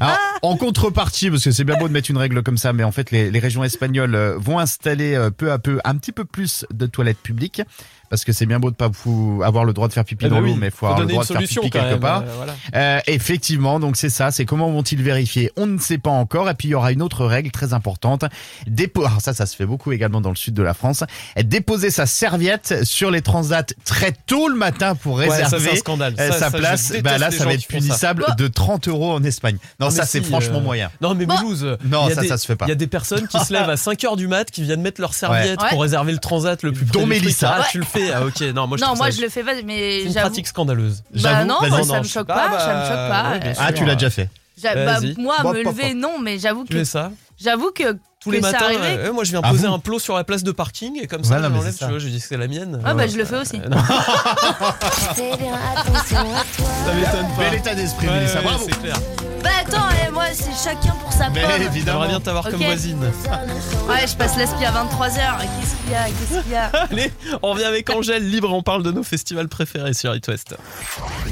G: Alors, en contrepartie, parce que c'est bien beau de mettre une règle comme ça, mais en fait, les, les régions espagnoles euh, vont installer euh, peu à peu un petit peu plus de toilettes publiques. Parce que c'est bien beau de pas pou- avoir le droit de faire pipi
C: Eh
G: dans
C: ben
G: l'eau,
C: oui,
G: mais il faut, avoir le
C: donner
G: droit
C: une
G: de faire
C: solution,
G: pipi
C: quand
G: quelque
C: même,
G: part.
C: euh, voilà.
G: Euh, effectivement, donc c'est ça, c'est comment vont-ils vérifier On ne sait pas encore. Et puis il y aura une autre règle très importante. Dépo Alors ça, ça se fait beaucoup également dans le sud de la France. Déposer sa serviette sur les transats très tôt le matin pour
C: Ouais, ça, c'est
G: réserver
C: un scandale.
G: euh,
C: Ça,
G: sa
C: ça, je
G: place.
C: déteste
G: Bah là,
C: les
G: ça va
C: gens
G: être
C: qui font
G: punissable
D: Bah.
B: ça.
G: de 30 euros en Espagne. Non,
C: Ah,
G: ça
C: mais
G: c'est
C: si,
G: franchement
C: euh,
G: moyen.
C: Non, mais Mulhouse.
G: Non,
C: il y a
G: ça,
C: des-
G: ça se fait pas.
C: Il y a des personnes qui se lèvent à 5h du mat, qui viennent mettre leur serviette
B: Ouais.
C: pour réserver le transat le plus près
G: Dont
C: du truc.
G: Mélissa.
C: Ah, tu le fais. Ah, ok. Non, moi je
B: non,
C: trouve
B: moi
C: ça-
B: je le fais pas, mais
C: C'est une
B: j'avoue.
C: pratique scandaleuse.
B: Bah
G: J'avoue,
B: non,
G: vas-y.
B: moi,
C: Non,
B: ça
C: non,
B: me
C: je-
B: choque
C: Ah,
B: pas,
C: bah,
B: ça me choque pas.
C: ouais, bien sûr.
G: Ah, tu l'as déjà fait.
B: J'a- bah,
C: Vas-y.
B: moi,
G: Bon,
B: me
G: bon,
B: lever, non, mais j'avoue
C: Tu
B: que,
C: fais ça
B: j'avoue que
C: tous
B: que
C: les
B: ça
C: matins.
B: arrivait.
C: euh, ouais, moi, je viens
G: Ah
C: poser
G: bon
C: un plot sur la place de parking et comme
G: Voilà,
C: ça, je
G: mais
C: l'enlève,
G: c'est
C: tu
G: ça.
C: vois, je dis que c'est la mienne.
B: Ah bah
C: Ouais.
B: je le fais aussi.
A: Fais bien attention à toi.
C: Ça m'étonne
G: Bel
C: pas.
G: état d'esprit,
C: Ouais,
G: Mélissa.
C: ouais,
G: Bravo.
C: c'est clair.
B: Bah attends, eh, moi c'est chacun pour sa
G: Mais
B: pomme.
G: évidemment.
C: J'aimerais bien t'avoir
B: Ok.
C: comme voisine.
B: Ouais, je passe l'aspi à 23h. Qu'est-ce qu'il y a Qu'est-ce qu'il y a
C: Allez, on revient avec Angèle Libre, on parle de nos festivals préférés sur It West.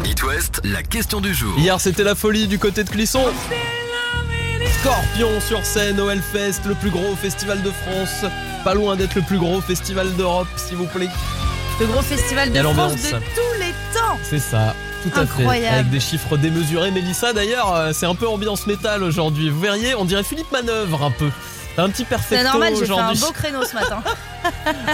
F: It West, la question du jour.
C: Hier, c'était la folie du côté de Clisson. Scorpion sur scène au Hellfest, le plus gros festival de France. Pas loin d'être le plus gros festival d'Europe, s'il vous plaît.
B: Le gros festival de
C: Quelle
B: France
C: ambiance.
B: de tous les temps.
C: C'est ça. Tout à fait,
B: Incroyable.
C: avec des chiffres démesurés. Mélissa, d'ailleurs, euh, c'est un peu ambiance métal aujourd'hui. Vous verriez, on dirait Philippe Manœuvre un peu. T'as un petit
B: C'est
C: perfecto
B: normal, j'ai fait un
C: aujourd'hui.
B: beau créneau ce matin.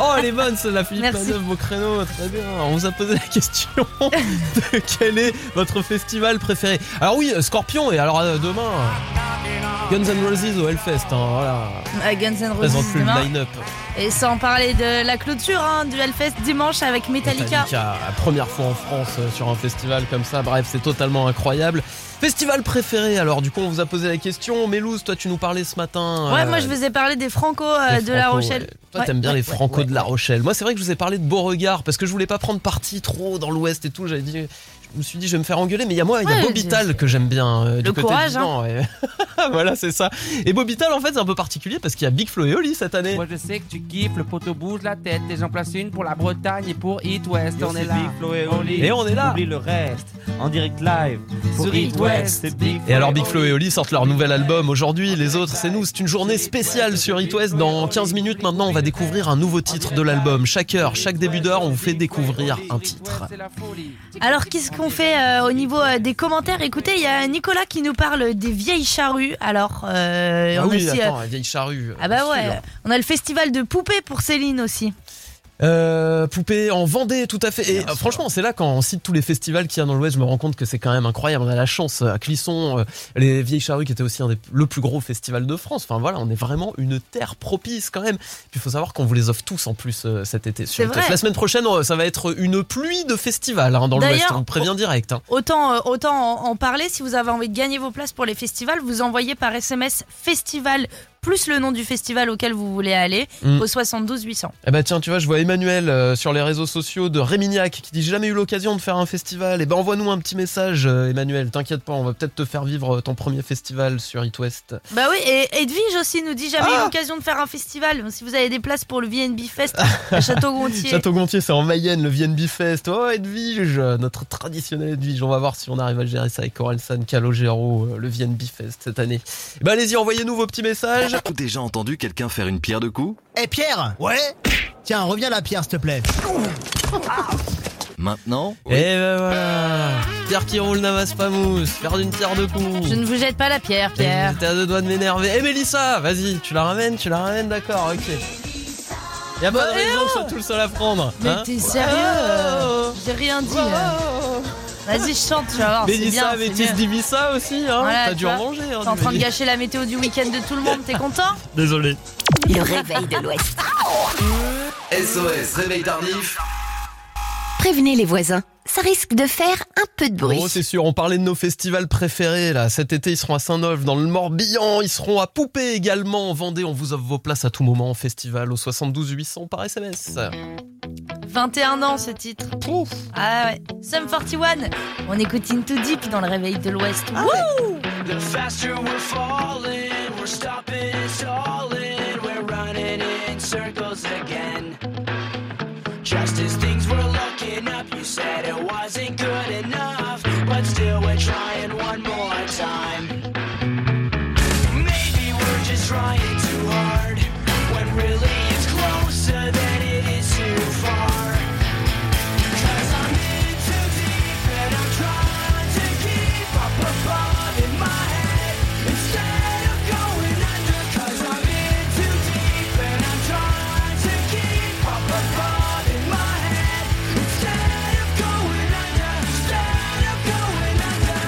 C: Oh, elle est bonne celle-là, Philippe
B: Merci.
C: Manœuvre, vos créneaux, très bien. On vous a posé la question de quel est votre festival préféré. Alors oui, euh, Scorpion, et alors euh, demain, euh, Guns N' Roses au Hellfest, hein, voilà.
B: À Guns N'
C: Présente
B: Roses
C: plus le
B: demain.
C: line-up.
B: Et sans parler de la clôture hein, du Hellfest dimanche avec Metallica.
C: Metallica, première fois en France euh, sur un festival comme ça, bref, c'est totalement incroyable. Festival préféré, alors du coup, on vous a posé la question. Mélouse, toi, tu nous parlais ce matin.
B: Ouais,
C: euh,
B: moi je vous ai parlé des Franco euh,
C: Les
B: de La
C: Franco,
B: Rochelle.
C: ouais. Toi,
B: Ouais,
C: t'aimes bien
B: ouais,
C: les
B: ouais,
C: Franco
B: ouais.
C: de La Rochelle. Moi, c'est vrai que je vous ai parlé de Beauregard parce que je voulais pas prendre parti trop dans l'Ouest et tout. J'avais dit, je me suis dit, je vais me faire engueuler. Mais il y a moi, il y
B: Ouais,
C: a
B: j'ai-
C: Bobital que j'aime bien. euh, du
B: Le
C: côté
B: courage, hein.
C: du Nord, ouais. voilà, c'est ça. Et Bobital, en fait, c'est un peu particulier parce qu'il y a Big Flo et Oli cette année.
H: Moi je sais que tu kiffes, le poteau bouge la tête et j'en place une pour la Bretagne et pour It West. on est là.
C: Et on est là.
K: Oublie le reste. En direct live.
H: Sur It West.
K: c'est Big
C: Et alors Big Flo et Oli sortent leur nouvel album aujourd'hui, les autres c'est nous, c'est une journée spéciale sur It West. Dans 15 minutes maintenant on va découvrir un nouveau titre de l'album. Chaque heure, chaque début d'heure on vous fait découvrir un titre.
H: C'est la folie.
B: Alors qu'est-ce qu'on fait euh, au niveau euh, des commentaires Écoutez, il y a Nicolas qui nous parle des vieilles charrues. Alors, euh,
C: Ah
B: on a
C: oui,
B: aussi, euh,
C: attends, la vieille charrue. hein.
B: ah bah
C: bien sûr.
B: ouais, on a le festival de poupées pour Céline aussi.
C: Euh, poupée en Vendée, tout à fait. Et euh, franchement, c'est là quand on cite tous les festivals qu'il y a dans l'Ouest, je me rends compte que c'est quand même incroyable. On a la chance à Clisson, euh, les Vieilles Charrues qui était aussi un des, le plus gros festival de France. Enfin voilà, on est vraiment une terre propice quand même. Puis il faut savoir qu'on vous les offre tous en plus euh, cet été. sur
B: C'est
C: le
B: vrai.
C: test. La semaine prochaine, euh, ça va être une pluie de festivals hein, dans l'Ouest.
B: D'ailleurs,
C: On prévient direct. hein.
B: Autant, euh, autant en, en parler. Si vous avez envie de gagner vos places pour les festivals, vous envoyez par SMS festival plus le nom du festival auquel vous voulez aller
C: Mm.
B: au 72 800.
C: Eh ben tiens, tu vois, je vois Emmanuel euh, sur les réseaux sociaux de Réminiac qui dit J'ai jamais eu l'occasion de faire un festival. Eh ben envoie-nous un petit message, euh, Emmanuel. T'inquiète pas, on va peut-être te faire vivre euh, ton premier festival sur It West.
B: Bah oui, et Edwige aussi nous dit jamais eu
C: Ah.
B: l'occasion de faire un festival. Si vous avez des places pour le VNB Fest à Château-Gontier.
C: Château-Gontier, c'est en Mayenne, le VNB Fest. Oh, Edwige, euh, notre traditionnel Edwige. On va voir si on arrive à gérer ça avec Orelsan, Calogero, euh, le VNB Fest cette année. Eh ben allez-y, envoyez-nous vos petits messages.
F: T'as déjà entendu quelqu'un faire une pierre de coups
D: Eh Pierre Ouais Tiens, reviens là Pierre, s'il te plaît.
F: Maintenant
C: Et ben voilà. Pierre qui roule n'amasse pas mousse. Faire d'une pierre de coups.
B: Je ne vous jette pas la pierre, Pierre.
C: Et T'es à deux doigts de m'énerver. Eh Mélissa, vas-y, tu la ramènes, tu la ramènes, d'accord, ok. Y'a pas de raison que ce soit tout le seul à prendre.
B: Bah, eh, oh. Mais
C: hein. Oh.
B: t'es sérieux euh, J'ai rien dit. euh. Vas-y, je chante, tu vas voir. c'est bien,
C: Mélissa,
B: c'est
C: Métis
B: mieux.
C: Dimissa aussi, hein.
B: Voilà,
C: T'as
B: tu
C: dû
B: vois.
C: en manger. hein,
B: T'es en train de
C: j'imagine.
B: gâcher la météo du week-end de tout le monde, t'es content
C: Désolé.
A: Le réveil de l'Ouest.
F: SOS, réveil tardif.
A: Prévenez les voisins, ça risque de faire un peu de bruit.
C: Bon, Oh, c'est sûr, on parlait de nos festivals préférés là. Cet été, ils seront à Saint-Neuve, dans le Morbihan, ils seront à Poupée également, en Vendée. On vous offre vos places à tout moment en festival au 72 800 par SMS.
B: 21 ans ce titre. Ah ouais. Sum 41. On écoute Into Deep dans le réveil de l'Ouest.
C: Ah
B: Wouh
L: The faster we're falling, we're stopping, stalling, we're running in circles again. Just as things were looking up, you said it wasn't good enough, but still we're trying one more time. Maybe we're just trying too hard, when really it's closer than it is too far. Cause I'm in too deep and I'm trying to keep up above in my head instead of going under. Cause I'm in too deep and I'm trying to keep up above in my head instead of going under. Instead of going under.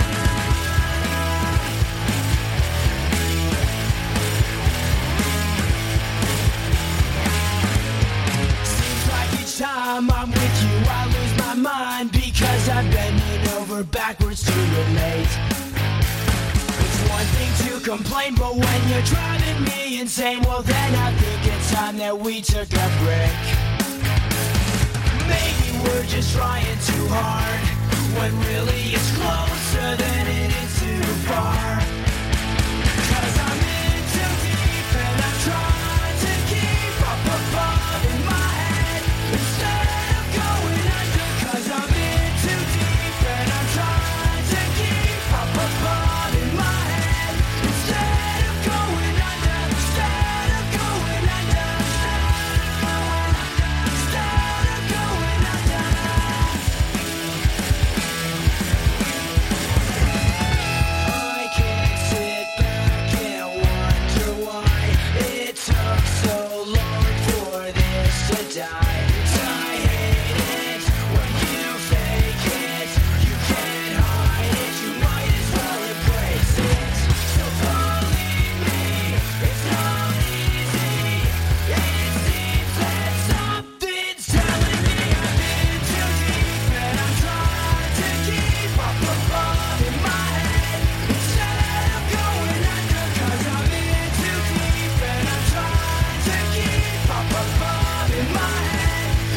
L: Seems like each time I'm with you, I lose my mind because I'm bending over backwards to relate. It's one thing to complain, but when you're driving me insane, well then I think it's time that we took a break. Maybe we're just trying too hard when really it's closer than it is too far. Cause I'm in too deep and I'm trying to keep up above in my head instead of going under. Cause I'm in too deep and I'm trying to keep up above in my head instead of going under. Instead of going under. Instead of going under. I can't sit back and wonder why it took so long for this to die. I hate it when you fake it. You can't hide it. You might as well embrace it. So believe me, it's not easy. It seems that something's telling me I've been too deep and I'm trying to keep up above in my head. Instead of going under, 'cause I'm in too deep and I'm trying to keep up above in my head.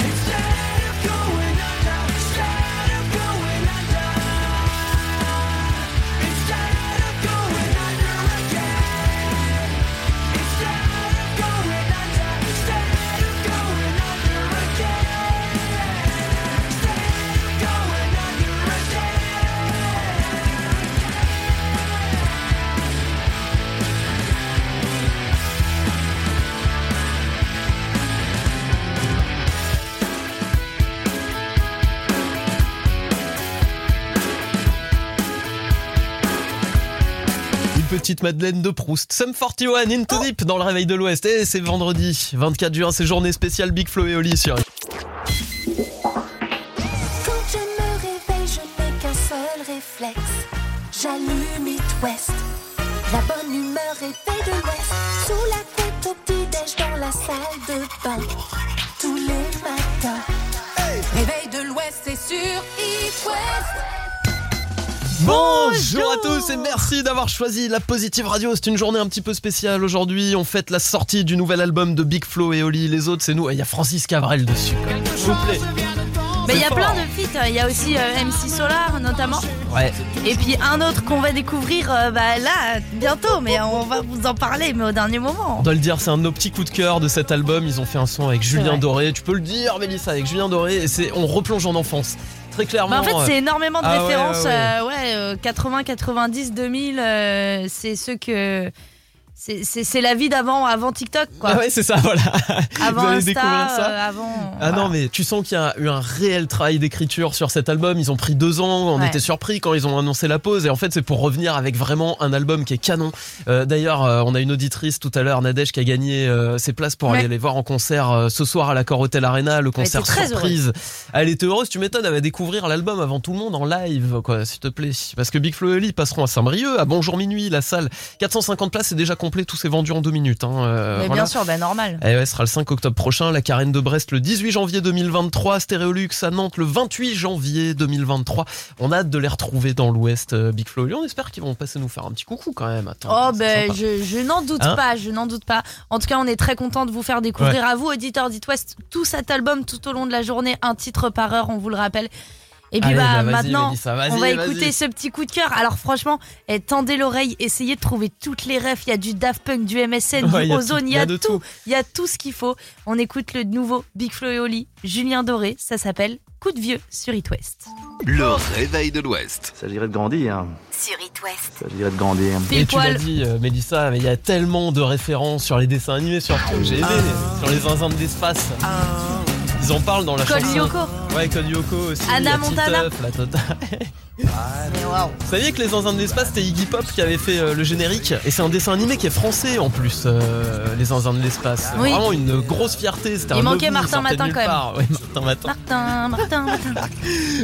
L: Instead of going under, instead of going under, instead of going under again, instead of going under, instead of going under again, instead of going under again.
C: Une petite Madeleine de Proust. Sum 41 into deep dans le réveil de l'Ouest. Et c'est vendredi 24 juin, c'est journée spéciale Big Flo et Oli sur.
A: Quand je me réveille, je n'ai qu'un seul réflexe. J'allume It West. La bonne humeur est faite de l'Ouest. Sous la couette au petit-déj dans la salle de bain. Tous les matins. Réveil de l'Ouest, c'est sur It West.
C: Bonjour à tous et merci d'avoir choisi la Positive Radio. C'est une journée un petit peu spéciale aujourd'hui. On fête la sortie du nouvel album de Big Flo et Oli. Les autres, c'est nous. Et Il y a Francis Cabrel dessus. quoi. S'il vous plaît.
B: Mais il y a
C: C'est
B: plein
C: fort.
B: de feats, il y a aussi euh, MC Solar notamment.
C: Ouais.
B: Et puis un autre qu'on va découvrir euh, bah, là bientôt, mais on va vous en parler, mais au dernier moment.
C: On doit le dire, c'est un de nos petits coups de cœur de cet album. Ils ont fait un son avec Julien
B: vrai.
C: Doré. Tu peux le dire, Mélissa, avec Julien Doré. Et c'est, on replonge en enfance. Très
B: Bah,
C: clairement.
B: en
C: euh,
B: fait, c'est énormément de
C: ah ouais,
B: références.
C: ouais, ouais.
B: euh, ouais, euh, 80, 90, 2000, euh, c'est ceux que. c'est- C'est c'est la vie d'avant, avant TikTok, quoi.
C: Ah ouais, c'est ça, voilà.
B: Avant
C: Vous allez
B: Insta,
C: découvrir ça.
B: euh, avant.
C: Ah non, mais tu sens qu'il y a eu un réel travail d'écriture sur cet album. Ils ont pris deux ans. On
B: Ouais.
C: était surpris quand ils ont annoncé la pause. Et en fait, c'est pour revenir avec vraiment un album qui est canon. Euh, D'ailleurs, euh, on a une auditrice tout à l'heure, Nadège, qui a gagné euh, ses places pour
B: Ouais.
C: aller les voir en concert euh, ce soir à l'accord Hotel Arena,
B: Elle
C: le
B: était
C: concert
B: très
C: surprise. Elle était heureuse. Tu m'étonnes, elle va découvrir l'album avant tout le monde en live, quoi, s'il te plaît. Parce que Big Flo et Oli passeront à Saint-Brieuc, à Bonjour Minuit, la salle. 450 places, c'est déjà complet. Tout s'est vendu en deux minutes. hein. Euh,
B: mais
C: voilà.
B: bien sûr, bah, normal.
C: Eh ouais, ce sera le 5 octobre prochain, la carène de Brest le 18 janvier 2023, Stéréolux à Nantes le 28 janvier 2023. On a hâte de les retrouver dans l'Ouest, euh, Big Flo. et Oli. on espère qu'ils vont passer nous faire un petit coucou quand même. Attends,
B: Oh
C: c'est
B: ben
C: sympa.
B: je, je n'en doute
C: Hein
B: pas, je n'en doute pas. En tout cas, on est très content de vous faire découvrir
C: Ouais.
B: à vous, auditeurs d'It West, tout cet album tout au long de la journée, un titre par heure, on vous le rappelle. Et puis
C: Allez,
B: bah,
C: bah, vas-y,
B: maintenant,
C: Mélissa, vas-y,
B: on va
C: vas-y.
B: écouter ce petit coup de cœur. Alors franchement, eh, tendez l'oreille, essayez de trouver toutes les refs. Il y a du Daft Punk, du MSN,
C: Ouais,
B: du
C: il y a
B: Ozone,
C: tout,
B: il y a
C: de
B: tout,
C: tout.
B: il y a tout ce qu'il faut. On écoute le nouveau Big Flo et Oli, Julien Doré. Ça s'appelle Coup de vieux sur It West.
F: Le réveil de l'Ouest.
K: Il s'agirait de grandir.
B: Sur It West.
K: Il s'agirait de grandir.
C: Et tu l'as
B: poil.
C: dit, euh, Mélissa, mais il y a tellement de références sur les dessins animés, surtout. J'ai aimé,
B: Ah.
C: sur les zinzins de l'espace. Ils en parlent dans la
B: Code
C: chanson.
B: Lyoko.
C: Ouais, Code Yoko aussi.
B: Anna
C: la petite
B: Montana.
C: œuf, la totale. Vous saviez que les zinzins de l'espace, c'était Iggy Pop qui avait fait euh, le générique Et c'est un dessin animé qui est français en plus, euh, les zinzins de l'espace.
B: Oui.
C: Vraiment une grosse fierté. c'était
B: Il
C: un
B: manquait
C: ovni,
B: Martin
C: sortait de
B: Matin
C: nulle
B: quand même.
C: part. Ouais, Martin Matin.
B: Martin, Martin, Martin.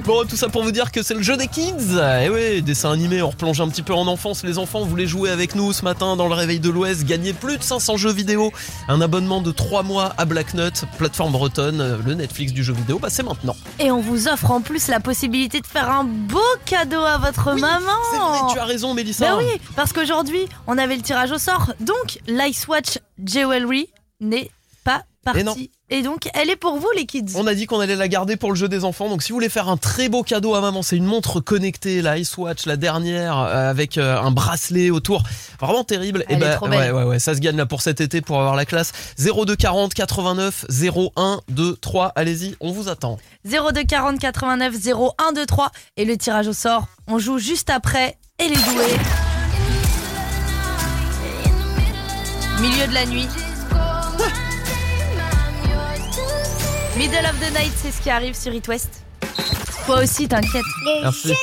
C: Bon, tout ça pour vous dire que c'est le jeu des kids. Et oui, dessin animé, on replonge un petit peu en enfance. Les enfants voulaient jouer avec nous ce matin dans le réveil de l'Ouest, gagner plus de 500 jeux vidéo, un abonnement de 3 mois à Black Nut, plateforme bretonne, euh, le Netflix du jeu vidéo. Bah, c'est maintenant.
B: Et on vous offre en plus la possibilité de faire un beau cadeau à votre maman.
C: c'est vrai, tu as raison, Mélissa.
B: Ben oui, parce qu'aujourd'hui, on avait le tirage au sort. Donc, l'Icewatch Jewelry n'est pas
C: Et non.
B: partie. Et, donc, elle est pour vous, les kids.
C: On a dit qu'on allait la garder pour le jeu des enfants. Donc, si vous voulez faire un très beau cadeau à maman, c'est une montre connectée, la Ice Watch, la dernière, euh, avec euh, un bracelet autour. Vraiment terrible.
B: Elle
C: et
B: est trop
C: ouais,
B: belle.
C: ouais, ouais, ça se gagne là pour cet été pour avoir la classe. 02 40 89 01 2 3. Allez-y, on vous attend.
B: 02 40 89 01 23. Et le tirage au sort, on joue juste après. Et les doués. Milieu de la nuit. Middle of the night, c'est ce qui arrive sur It West. Toi aussi, t'inquiète.
C: Merci.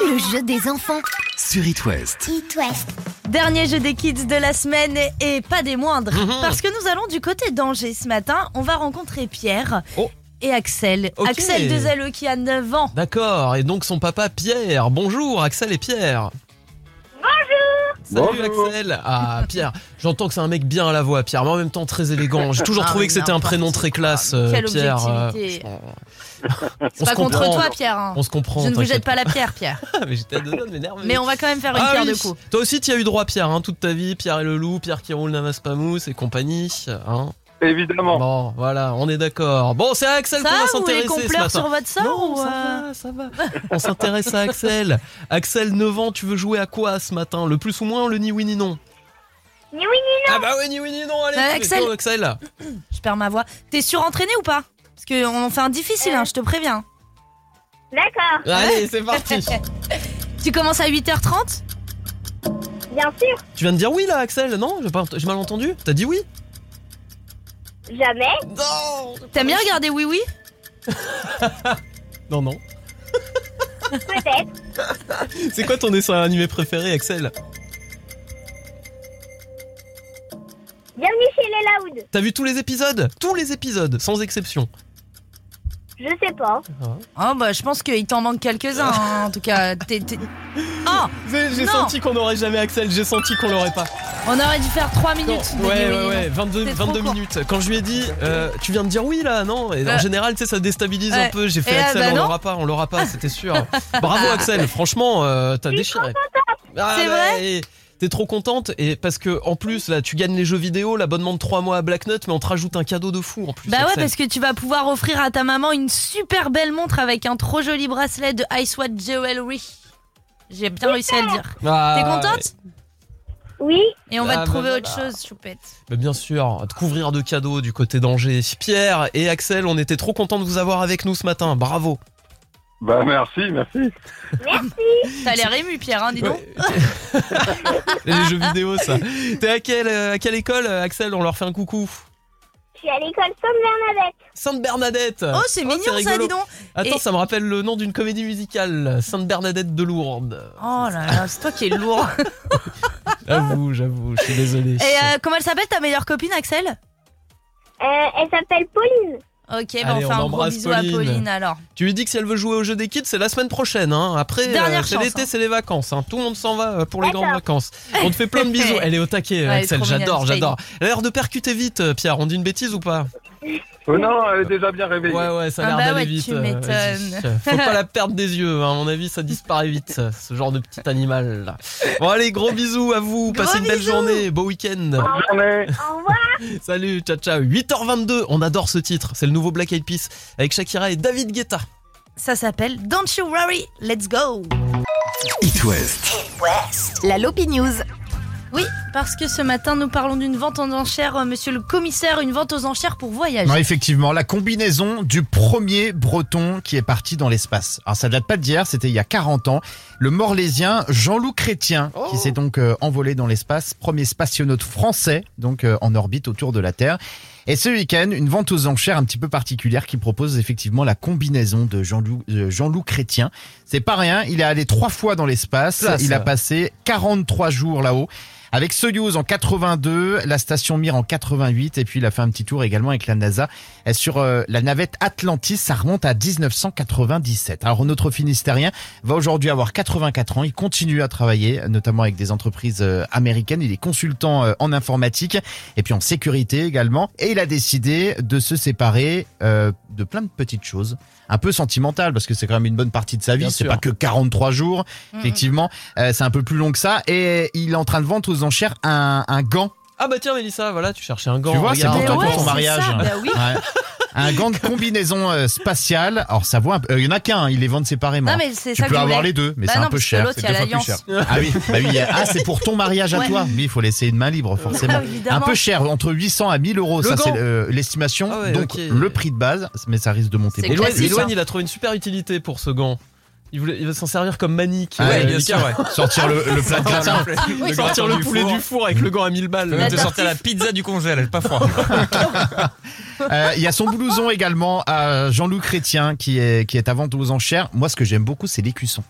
B: Le jeu des enfants.
F: Sur It West.
B: It West. Dernier jeu des kids de la semaine et et pas des moindres.
C: Mhm.
B: Parce que nous allons du côté d'Angers ce matin. On va rencontrer Pierre
C: Oh.
B: et Axel.
C: Ok.
B: Axel Desaleux qui a 9 ans.
C: D'accord. Et donc, son papa Pierre. Bonjour, Axel et Pierre. Bonjour. Salut Axel. Ah Pierre, j'entends que c'est un mec bien à la voix Pierre, mais en même temps très élégant. J'ai toujours
B: Ah,
C: trouvé
B: mais
C: que c'était un
B: n'importe
C: prénom très classe euh,
B: Quelle
C: Pierre. euh,
B: objectivité.
C: on
B: C'est pas
C: se
B: contre
C: comprend.
B: toi, Pierre. hein.
C: On se comprend.
B: Je ne vous
C: t'inquiète
B: jette pas la pierre, Pierre.
C: Ah, mais j'étais à deux doigts de m'énerver.
B: Mais on va quand même faire une
C: Ah
B: pierre
C: oui.
B: de coup.
C: Toi aussi, tu as eu droit, Pierre, hein, toute ta vie. Pierre et le loup, Pierre qui roule Namas Pamous et compagnie. Hein. Évidemment. Bon, voilà, on est d'accord. Bon, c'est à Axel qu'on
B: Ça,
C: va
B: ou les
C: s'intéresser ce matin.
B: compleurs sur votre sort
C: Non,
B: ou,
C: ça
B: euh,
C: va, ça va. On s'intéresse à Axel. Axel, 9 ans, tu veux jouer à quoi ce matin Le plus ou moins, le ni oui ni non
J: Ni oui, ni
C: Ah bah oui, ni oui ni non, allez,
B: Euh,
C: tu fais
B: Axel.
C: tout, Axel.
B: Je perds ma voix. T'es surentraîné ou pas Parce qu'on fait un difficile, hein, je te préviens.
J: D'accord,
C: Allez, c'est parti.
B: Tu commences à 8h30
J: bien sûr,
C: tu viens de dire oui là, Axel, non J'ai pas- j'ai mal entendu T'as dit oui
J: jamais.
C: Non
B: T'aimes bien regarder Oui Oui
C: Non, non.
J: Peut-être.
C: C'est quoi ton dessin animé préféré, Axel
J: Bienvenue chez les Loud.
C: T'as vu tous les épisodes Tous les épisodes, sans exception.
J: Je sais pas.
B: Ah bah je pense qu'il t'en manque quelques-uns hein, en tout cas. T'es- t'es- Ah
C: J'ai
B: non.
C: senti qu'on n'aurait jamais Axel, j'ai senti qu'on l'aurait pas.
B: On aurait dû faire 3 minutes. de
C: Ouais,
B: New
C: ouais,
B: Year's.
C: ouais, 22,
B: C'était trop
C: 22
B: court.
C: minutes. Quand je lui ai dit, euh, tu viens de dire oui là, non Et en
B: Euh.
C: général, tu sais, ça déstabilise un
B: Ouais.
C: peu. J'ai fait
B: Eh,
C: Axel,
B: bah
C: on
B: non.
C: l'aura pas, on l'aura pas, c'était sûr. Bravo Axel, franchement, euh, t'as déchiré. Ah,
B: C'est
C: bah,
B: vrai
C: et T'es trop contente et parce que en plus là tu gagnes les jeux vidéo, l'abonnement de 3 mois à Black Nut, mais on te rajoute un cadeau de fou en plus.
B: Bah ouais,
C: Axel.
B: parce que tu vas pouvoir offrir à ta maman une super belle montre avec un trop joli bracelet de Icewatch Jewelry. J'ai bien réussi à le dire.
C: Ah,
B: T'es contente
J: Oui.
B: Et on va
C: Ah,
B: te trouver
C: bah
B: autre chose, choupette.
C: Bah, bien sûr, à te couvrir de cadeaux du côté d'Angers. Pierre et Axel, on était trop contents de vous avoir avec nous ce matin. Bravo.
M: Bah merci, merci.
B: T'as l'air ému, Pierre, hein, dis donc.
C: Les jeux vidéo, ça. T'es à quelle, euh, à quelle école, euh, Axel On leur fait un coucou.
J: Je suis à l'école Sainte-Bernadette.
C: Sainte-Bernadette.
B: Oh, c'est mignon, ça,
C: rigolo.
B: dis donc.
C: Attends,
B: Et-
C: ça me rappelle le nom d'une comédie musicale, Sainte-Bernadette de Lourdes.
B: Oh là là, c'est toi qui es lourd.
C: J'avoue, j'avoue, je suis désolé.
B: Et euh, comment elle s'appelle ta meilleure copine, Axel
J: Euh, Elle s'appelle Pauline.
B: Ok, bah
C: Allez,
B: on fait
C: on
B: un gros
C: embrasse
B: bisou
C: Pauline.
B: à Pauline alors.
C: Tu lui dis que si elle veut jouer au jeu des kids, c'est la semaine prochaine. Hein. Après,
B: Dernière
C: c'est
B: chance,
C: l'été,
B: hein.
C: c'est les vacances. hein. Tout le monde s'en va euh, pour les
B: D'accord.
C: grandes vacances. On te fait plein de bisous. Elle est au taquet,
M: Ouais,
C: Axel.
M: trop mignonne,
C: J'adore,
M: je t'aime.
C: j'adore. Elle a l'air de percuter vite, euh, Pierre. On dit une bêtise ou pas
M: Oh non, elle est déjà bien réveillée.
C: Ouais, ouais, ça a
M: Ah
C: l'air
M: bah
C: d'aller
M: ouais,
C: vite.
M: tu
C: euh,
M: m'étonnes.
C: vas-y. Faut pas la perdre des yeux, hein. à mon avis, ça disparaît vite, ça, ce genre de petit animal. là. Bon, allez, gros bisous à vous. Passez une belle journée, beau week-end.
J: Au revoir.
C: Salut, ciao, ciao. 8h22, on adore ce titre. C'est le nouveau Black Eyed Peas avec Shakira et David Guetta.
B: Ça s'appelle Don't You Worry, Let's Go.
F: It West.
B: La Lopi News. Oui, parce que ce matin, nous parlons d'une vente aux enchères, euh, monsieur le commissaire, une vente aux enchères pour voyager.
G: Non, effectivement, la combinaison du premier breton qui est parti dans l'espace. Alors ça date pas d'hier, c'était il y a 40 ans. Le Morlésien Jean-Loup Chrétien,
C: Oh.
G: qui s'est donc euh, envolé dans l'espace, premier spationaute français, donc euh, en orbite autour de la Terre. Et ce week-end, une vente aux enchères un petit peu particulière qui propose effectivement la combinaison de euh, Jean-Loup Jean Chrétien. C'est pas rien, il est allé trois fois dans l'espace,
C: Ça, ça.
G: il a passé 43 jours là-haut. Avec Soyuz en 82, la station Mir en 88, et puis il a fait un petit tour également avec la NASA euh, sur euh, la navette Atlantis. Ça remonte à 1997. Alors notre Finistérien va aujourd'hui avoir 84 ans. Il continue à travailler, euh, notamment avec des entreprises euh, américaines. Il est consultant euh, en informatique et puis en sécurité également. Et il a décidé de se séparer euh, de plein de petites choses, un peu sentimentales parce que c'est quand même une bonne partie de sa vie. C'est
C: sûr.
G: pas que 43 jours.
C: Mhm.
G: Effectivement, euh, c'est un peu plus long que ça. Et il est en train de vendre aux enchères un, un gant.
C: Ah bah tiens, Mélissa, voilà, tu cherchais un gant.
G: Tu vois, c'est
C: regarde.
B: Ben
G: pour toi pour ton mariage. Ouais. Un gant de combinaison euh, spatiale. Alors ça vaut un peu. euh, Il y en a qu'un, ils les vendent séparément.
B: Non, mais c'est
G: tu
B: ça que
G: peux
B: je
G: avoir
B: voulais.
G: les deux, mais
B: Bah
G: c'est
B: non,
G: un peu
B: parce que
G: cher.
B: l'autre,
G: C'est
B: il y
G: deux
B: a
G: fois plus cher.
B: l'Alliance.
G: Ah oui, bah oui. il y a- Ah, c'est pour ton mariage à
B: Ouais.
G: toi. Oui, il faut laisser une main libre, forcément.
B: Ah, évidemment.
G: un peu cher, entre 800 à 1000 euros.
C: Le
G: ça, c'est
C: gant.
G: euh, l'estimation.
C: Ah ouais,
G: Donc
C: ok.
G: le prix de base, mais ça risque de monter.
C: Et Loane, Loane, il a trouvé une super utilité pour ce gant. Il, voulait, il va s'en servir comme manique.
G: Ah,
C: Euh,
G: bien
C: Mika.
G: sûr, ouais. Sortir le- le plat de gratin.
C: Sortir le-
G: Oui.
C: le Sortir le poulet du four avec le gant à 1000 balles.
G: La tartine.
N: sortir la pizza du congèle, elle est pas froid.
G: Euh, Il y a son blouson également à Jean-Luc Chrétien qui est, qui est à vente aux enchères. Moi, ce que j'aime beaucoup, c'est l'écusson.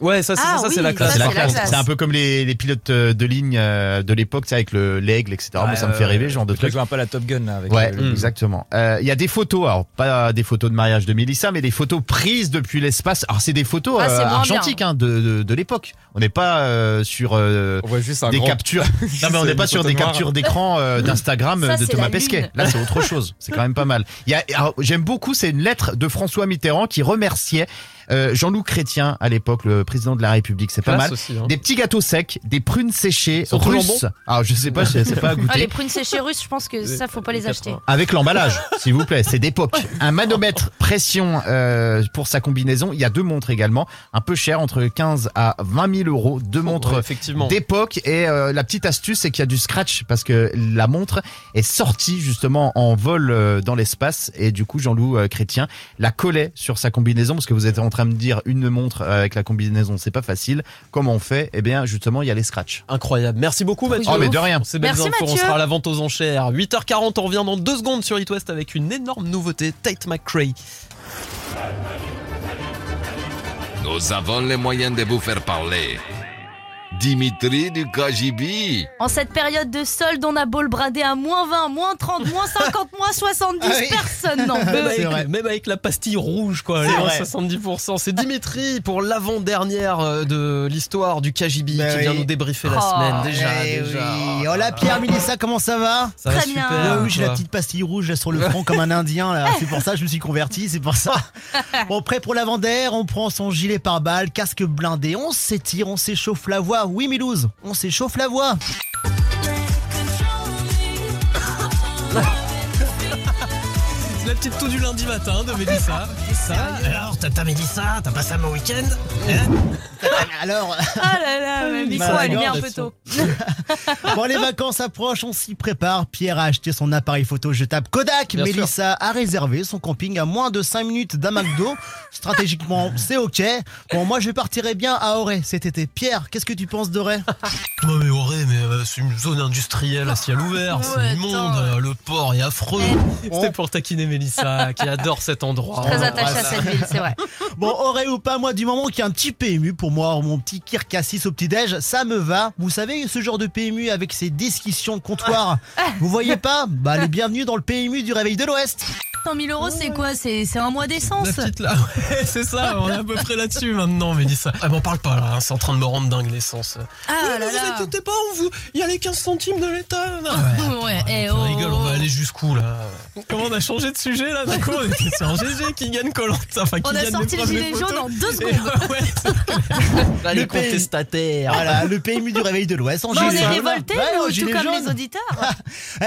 C: Ouais, ça, c'est
G: Ah
C: ça,
G: oui,
C: c'est la
G: ça,
C: classe.
G: c'est la classe. C'est un peu comme les, les pilotes euh, de ligne euh, de l'époque, tu sais, avec le l'aigle, etc. Moi, ça me fait rêver, ce genre de truc.
N: un peu à la Top Gun là, avec
G: Ouais,
N: le- le-
G: exactement. Euh, Il y a des photos, alors pas des photos de mariage de Mélissa, mais des photos prises depuis l'espace. Alors c'est des photos
N: Ah, c'est
G: euh,
N: moins
G: argentiques hein, de, de, de l'époque. On n'est pas euh, sur euh,
N: un
G: des
N: grand-
G: captures. non
N: Juste
G: mais on n'est
N: une
G: pas sur
N: photo
G: des
N: noire.
G: captures d'écran euh, d'Instagram
N: Ça,
G: euh, de
N: c'est
G: Thomas
N: la
G: Pesquet.
N: lune.
G: Là c'est autre chose. C'est quand même pas mal. Il y a- alors, J'aime beaucoup, c'est une lettre de François Mitterrand qui remerciait. euh, Jean-Loup Chrétien à l'époque le président de la République c'est pas
C: Classe
G: mal
C: aussi, hein.
G: des petits gâteaux secs des prunes séchées
C: Sont toujours
G: russes
C: bons
G: alors je sais pas je sais pas à goûter
B: Ah, les prunes séchées russes, je pense que ça, faut pas les acheter.
G: avec l'emballage, s'il vous plaît, c'est d'époque. Un manomètre pression euh, pour sa combinaison. Il y a deux montres également, un peu cher, entre 15 à 20 000 euros. Deux montres
C: effectivement.
G: d'époque. Et euh, la petite astuce, c'est qu'il y a du scratch parce que la montre est sortie justement en vol euh, dans l'espace. Et du coup, Jean-Loup euh, Chrétien la collait sur sa combinaison parce que vous êtes en train de me dire une montre euh, avec la combinaison, c'est pas facile. Comment on fait Eh bien, justement, il y a les scratchs.
C: Incroyable. Ah, Merci beaucoup, Mathieu.
G: Oh, mais de rien.
C: C'est belles
G: Merci,
C: infos. On
G: Mathieu.
C: sera à la vente aux enchères. 8h40, on revient dans deux secondes sur It West avec une énorme nouveauté, Tate McRae.
E: Nous avons les moyens de vous faire parler. Dimitri du KGB.
B: En cette période de solde, on a beau le brader à moins 20, moins 30, moins 50, moins 70,
C: Ah oui.
B: personne n'en
C: même,
B: veut.
C: avec, même avec la pastille rouge, quoi, les
G: C'est
C: gens,
G: vrai.
C: 70%. C'est Dimitri pour l'avant-dernière euh, de l'histoire du KGB qui
D: oui.
C: vient nous débriefer la
D: Oh,
C: semaine. Déjà,
D: eh
C: déjà.
D: oui. Oh là, Pierre Minessa, comment ça va
C: Ça va Très super, bien. Ah
D: Ouais, oui, j'ai la
C: toi.
D: petite pastille rouge là, sur le front comme un indien. là. C'est pour ça que je me suis converti, c'est pour ça. Bon, prêt pour l'avant-d'air, on prend son gilet pare-balles, casque blindé, on s'étire, on s'échauffe la voix. Oui, Milouz, on s'échauffe la voix.
C: La petite toux du lundi matin de Mélissa. Alors, t'as t'as Mélissa, t'as passé un bon week-end
D: Alors.
B: Ah là là, le micro
D: Bah,
B: allumé
D: non,
B: un peu
D: elles
B: tôt.
D: Bon, les vacances approchent, on s'y prépare. Pierre a acheté son appareil photo jetable Kodak.
C: Bien sûr.
D: Mélissa a réservé son camping à moins de 5 minutes d'un McDo. Stratégiquement, c'est OK. Bon, moi, je partirai bien à Auray cet été. Pierre, qu'est-ce que tu penses d'Auray
C: Ouais, mais Auré, mais euh, c'est une zone industrielle à ciel ouvert,
B: Ouais,
C: c'est immonde,
B: attends,
C: euh, le port est affreux. C'était pour taquiner Mélissa qui adore cet endroit.
B: Très
C: On
B: attaché à
C: l'embrasse.
B: cette ville, c'est vrai.
D: Bon, Auray ou pas, moi, du moment qu'il y a un petit PMU pour moi, oh, mon petit Kirkassis au petit-déj, ça me va. Vous savez, ce genre de PMU avec ses discussions de comptoir, vous voyez pas Bah, les bienvenus dans le PMU du Réveil de l'Ouest.
B: 100 000 euros, c'est quoi C'est c'est un mois d'essence
C: La petite là, ouais, c'est ça, on est à peu près là-dessus maintenant, Mélissa. Ah, m'en parle pas là, hein, c'est en train de me rendre dingue l'essence.
B: Ah
C: Oui, mais
B: là
C: vous
B: là.
C: inquiétez pas, on vous... il y a les 15 centimes de l'État. là.
B: Ouais, eh,
C: On
B: oh.
C: rigole, on va aller jusqu'où là Comment on a changé de sujet là D'un coup, on était sur GG qui gagne Colanta. Enfin, qui
B: On a
C: gagne
B: sorti le
C: l'épreuve des
B: gilet jaune
C: photos.
B: en
J: Eh,
B: deux
C: Et, euh,
B: secondes. Bah,
C: ouais, c'est clair.
D: Le pays.
C: les contestataires.
D: Voilà, le PMU du Réveil de l'Ouest. en
B: Bah, on
D: gilet
B: est
D: jaune.
B: révoltés,
D: Ouais, en
B: nous, tout
D: gilet
B: comme
D: jaune.
B: les auditeurs.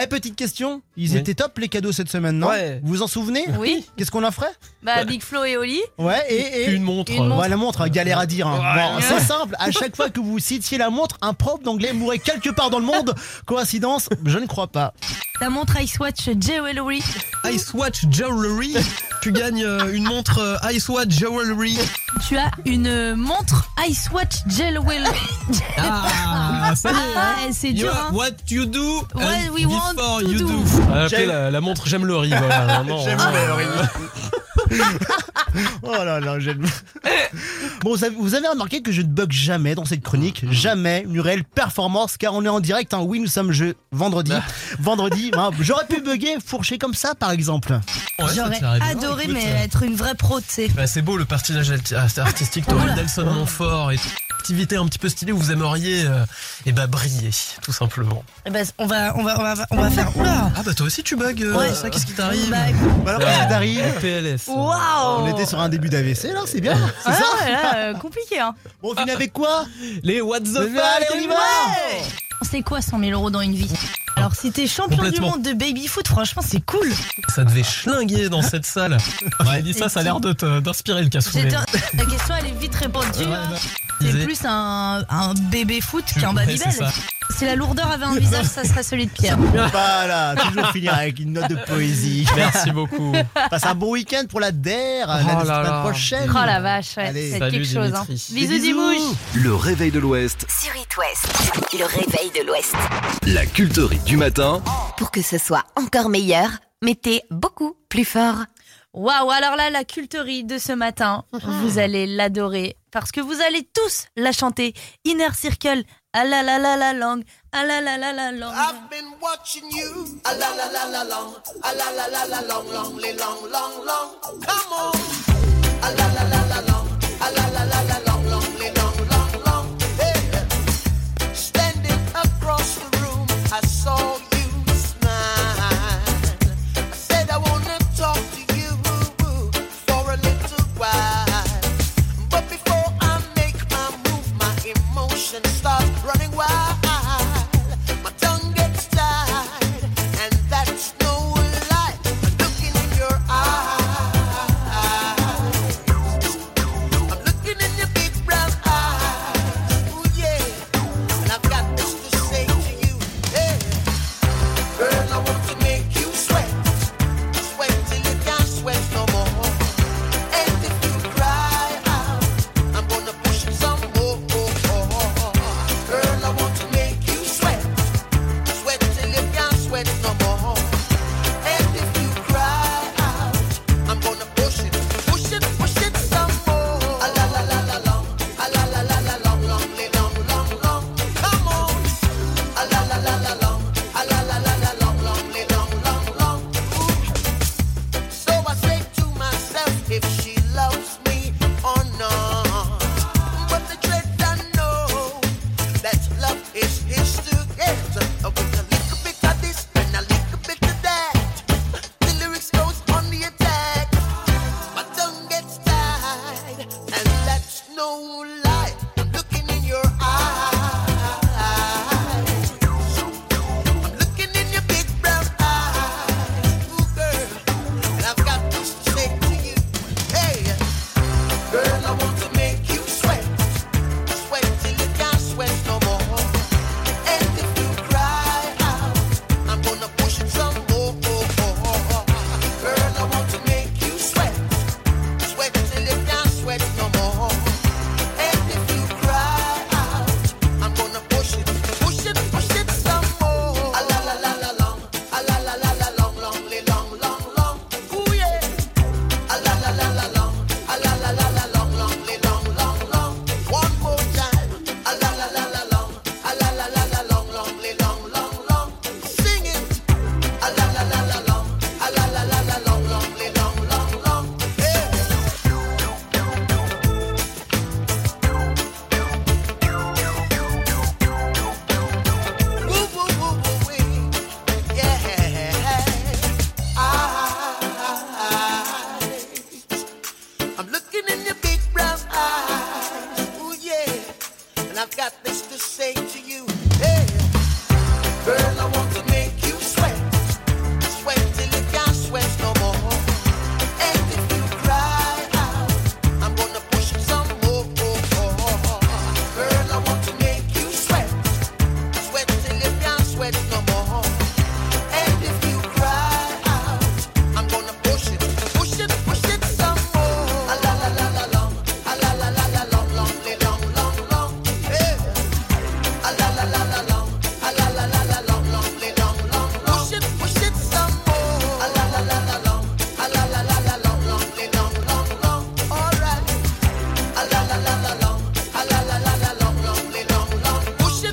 D: Eh, petite question. Ils
C: Oui.
D: étaient top les cadeaux cette semaine, non
C: Ouais.
D: Vous vous en souvenez
B: Oui.
D: Qu'est-ce qu'on en ferait
B: Bah, Big Flo et Oli.
D: Ouais, et. et-
C: Une montre.
B: Une montre.
D: Ouais, la montre, galère à dire. hein.
C: Ouais.
D: Bon, c'est simple, à chaque fois que vous citiez la montre, un prof d'anglais mourait quelque part dans le monde. Coïncidence Je ne crois pas.
B: La montre Ice Watch Jewelry.
C: Ice Watch Jewelry. tu gagnes euh, une montre euh, Ice Watch Jewelry.
B: Tu as une montre Ice Watch Jewelry.
C: Ah, ça y est, hein.
B: Ah, c'est dur, hein.
C: What you do
B: What we want to do.
C: On a appelé la, la montre j'aime le riz voilà, vraiment. hein.
D: J'aime le Oh là là, j'aime. Bon, vous avez, vous avez remarqué que je ne bug jamais dans cette chronique, jamais une réelle performance, car on est en direct. hein. Oui, nous sommes je vendredi, vendredi. hein. J'aurais pu bugger, fourcher comme ça, par exemple.
C: Ouais, ça
B: J'aurais
C: te l'arrive.
B: adoré,
C: Écoute,
B: mais
C: euh,
B: être une vraie pro, tu sais.
C: Bah, c'est beau le partage alti- art- artistique, t'aurais Nelson Montfort et toute activité un petit peu stylée où vous aimeriez et bah briller tout simplement.
B: Eh ben, on va, on va, on va, on va faire. Oula.
C: Ah bah toi aussi tu bugs euh, ça qu'est-ce qui t'arrive
B: Bah,
D: Voilà, qu'est-ce qui t'arrive
C: PLS.
B: Waouh.
D: On était sur un début d'AVC, là, c'est bien. C'est
B: Ah,
D: ça
B: Oh. ouais, là, euh, compliqué, hein.
D: Bon, on finit avec quoi
C: Les what the fuck
D: Allez, on y va
B: C'est quoi 100 000 euros dans une vie Alors, si t'es champion du
C: Complètement.
B: monde de baby foot, franchement, c'est cool.
C: Ça devait schlinguer dans cette salle. Ouais, dit ça, ça a l'air de te- d'inspirer le cassoulet.
B: J'étais- La question, elle est vite répandue.
C: Ouais,
B: hein.
C: ouais.
B: C'est plus un, un bébé foot qu'un
C: Ouais,
B: Babybel.
C: c'est ça.
B: Si la lourdeur avait un visage, ça serait celui de Pierre.
D: Voilà, toujours finir avec une note de poésie.
C: Merci beaucoup.
D: Passe un bon week-end pour la DER, euh,
C: Oh
D: la
C: là
D: semaine
C: là.
B: Oh
D: prochaine.
B: la vache, ouais,
D: Allez,
B: c'est
C: salut,
B: quelque chose. Hein.
C: Dimitri.
B: Bisous, Dimouche.
F: Le réveil de l'Ouest,
A: Sur It West, le réveil de l'Ouest.
F: la culterie du matin.
A: Pour que ce soit encore meilleur, mettez beaucoup plus fort.
B: Waouh, alors là, la culterie de ce matin, vous allez l'adorer parce que vous allez tous la chanter. Inner Circle, ah la la la la langue, ah la la la la langue.
C: Ah,
L: I've been watching you. A la la la la long. A la la la la long long li long long long. Come on. A la la la la long. A la la la la long long li long long long. Hey. Standing across the room, I saw you smile. I said I wanna talk to you for a little while. But before I make my move, my emotions start running wild. My tongue gets tied, and that's no lie. Looking in your eyes,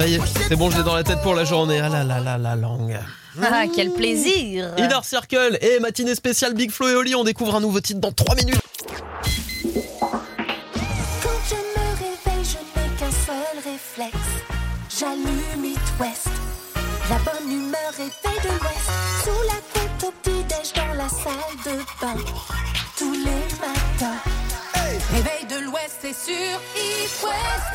L: Ah,
C: y est, c'est bon, je l'ai dans la tête pour la journée. Ah là là là la langue.
B: Ah, quel plaisir
C: Inner Circle et matinée spéciale Big Flo et Oli, on découvre un nouveau titre dans 3 minutes.
A: Quand je me réveille, je n'ai qu'un seul réflexe. J'allume It West. La bonne humeur est faite de l'Ouest. Sous la couette au petit-déj dans la salle de bain. Tous les matins. Réveil de l'Ouest, c'est sur It West.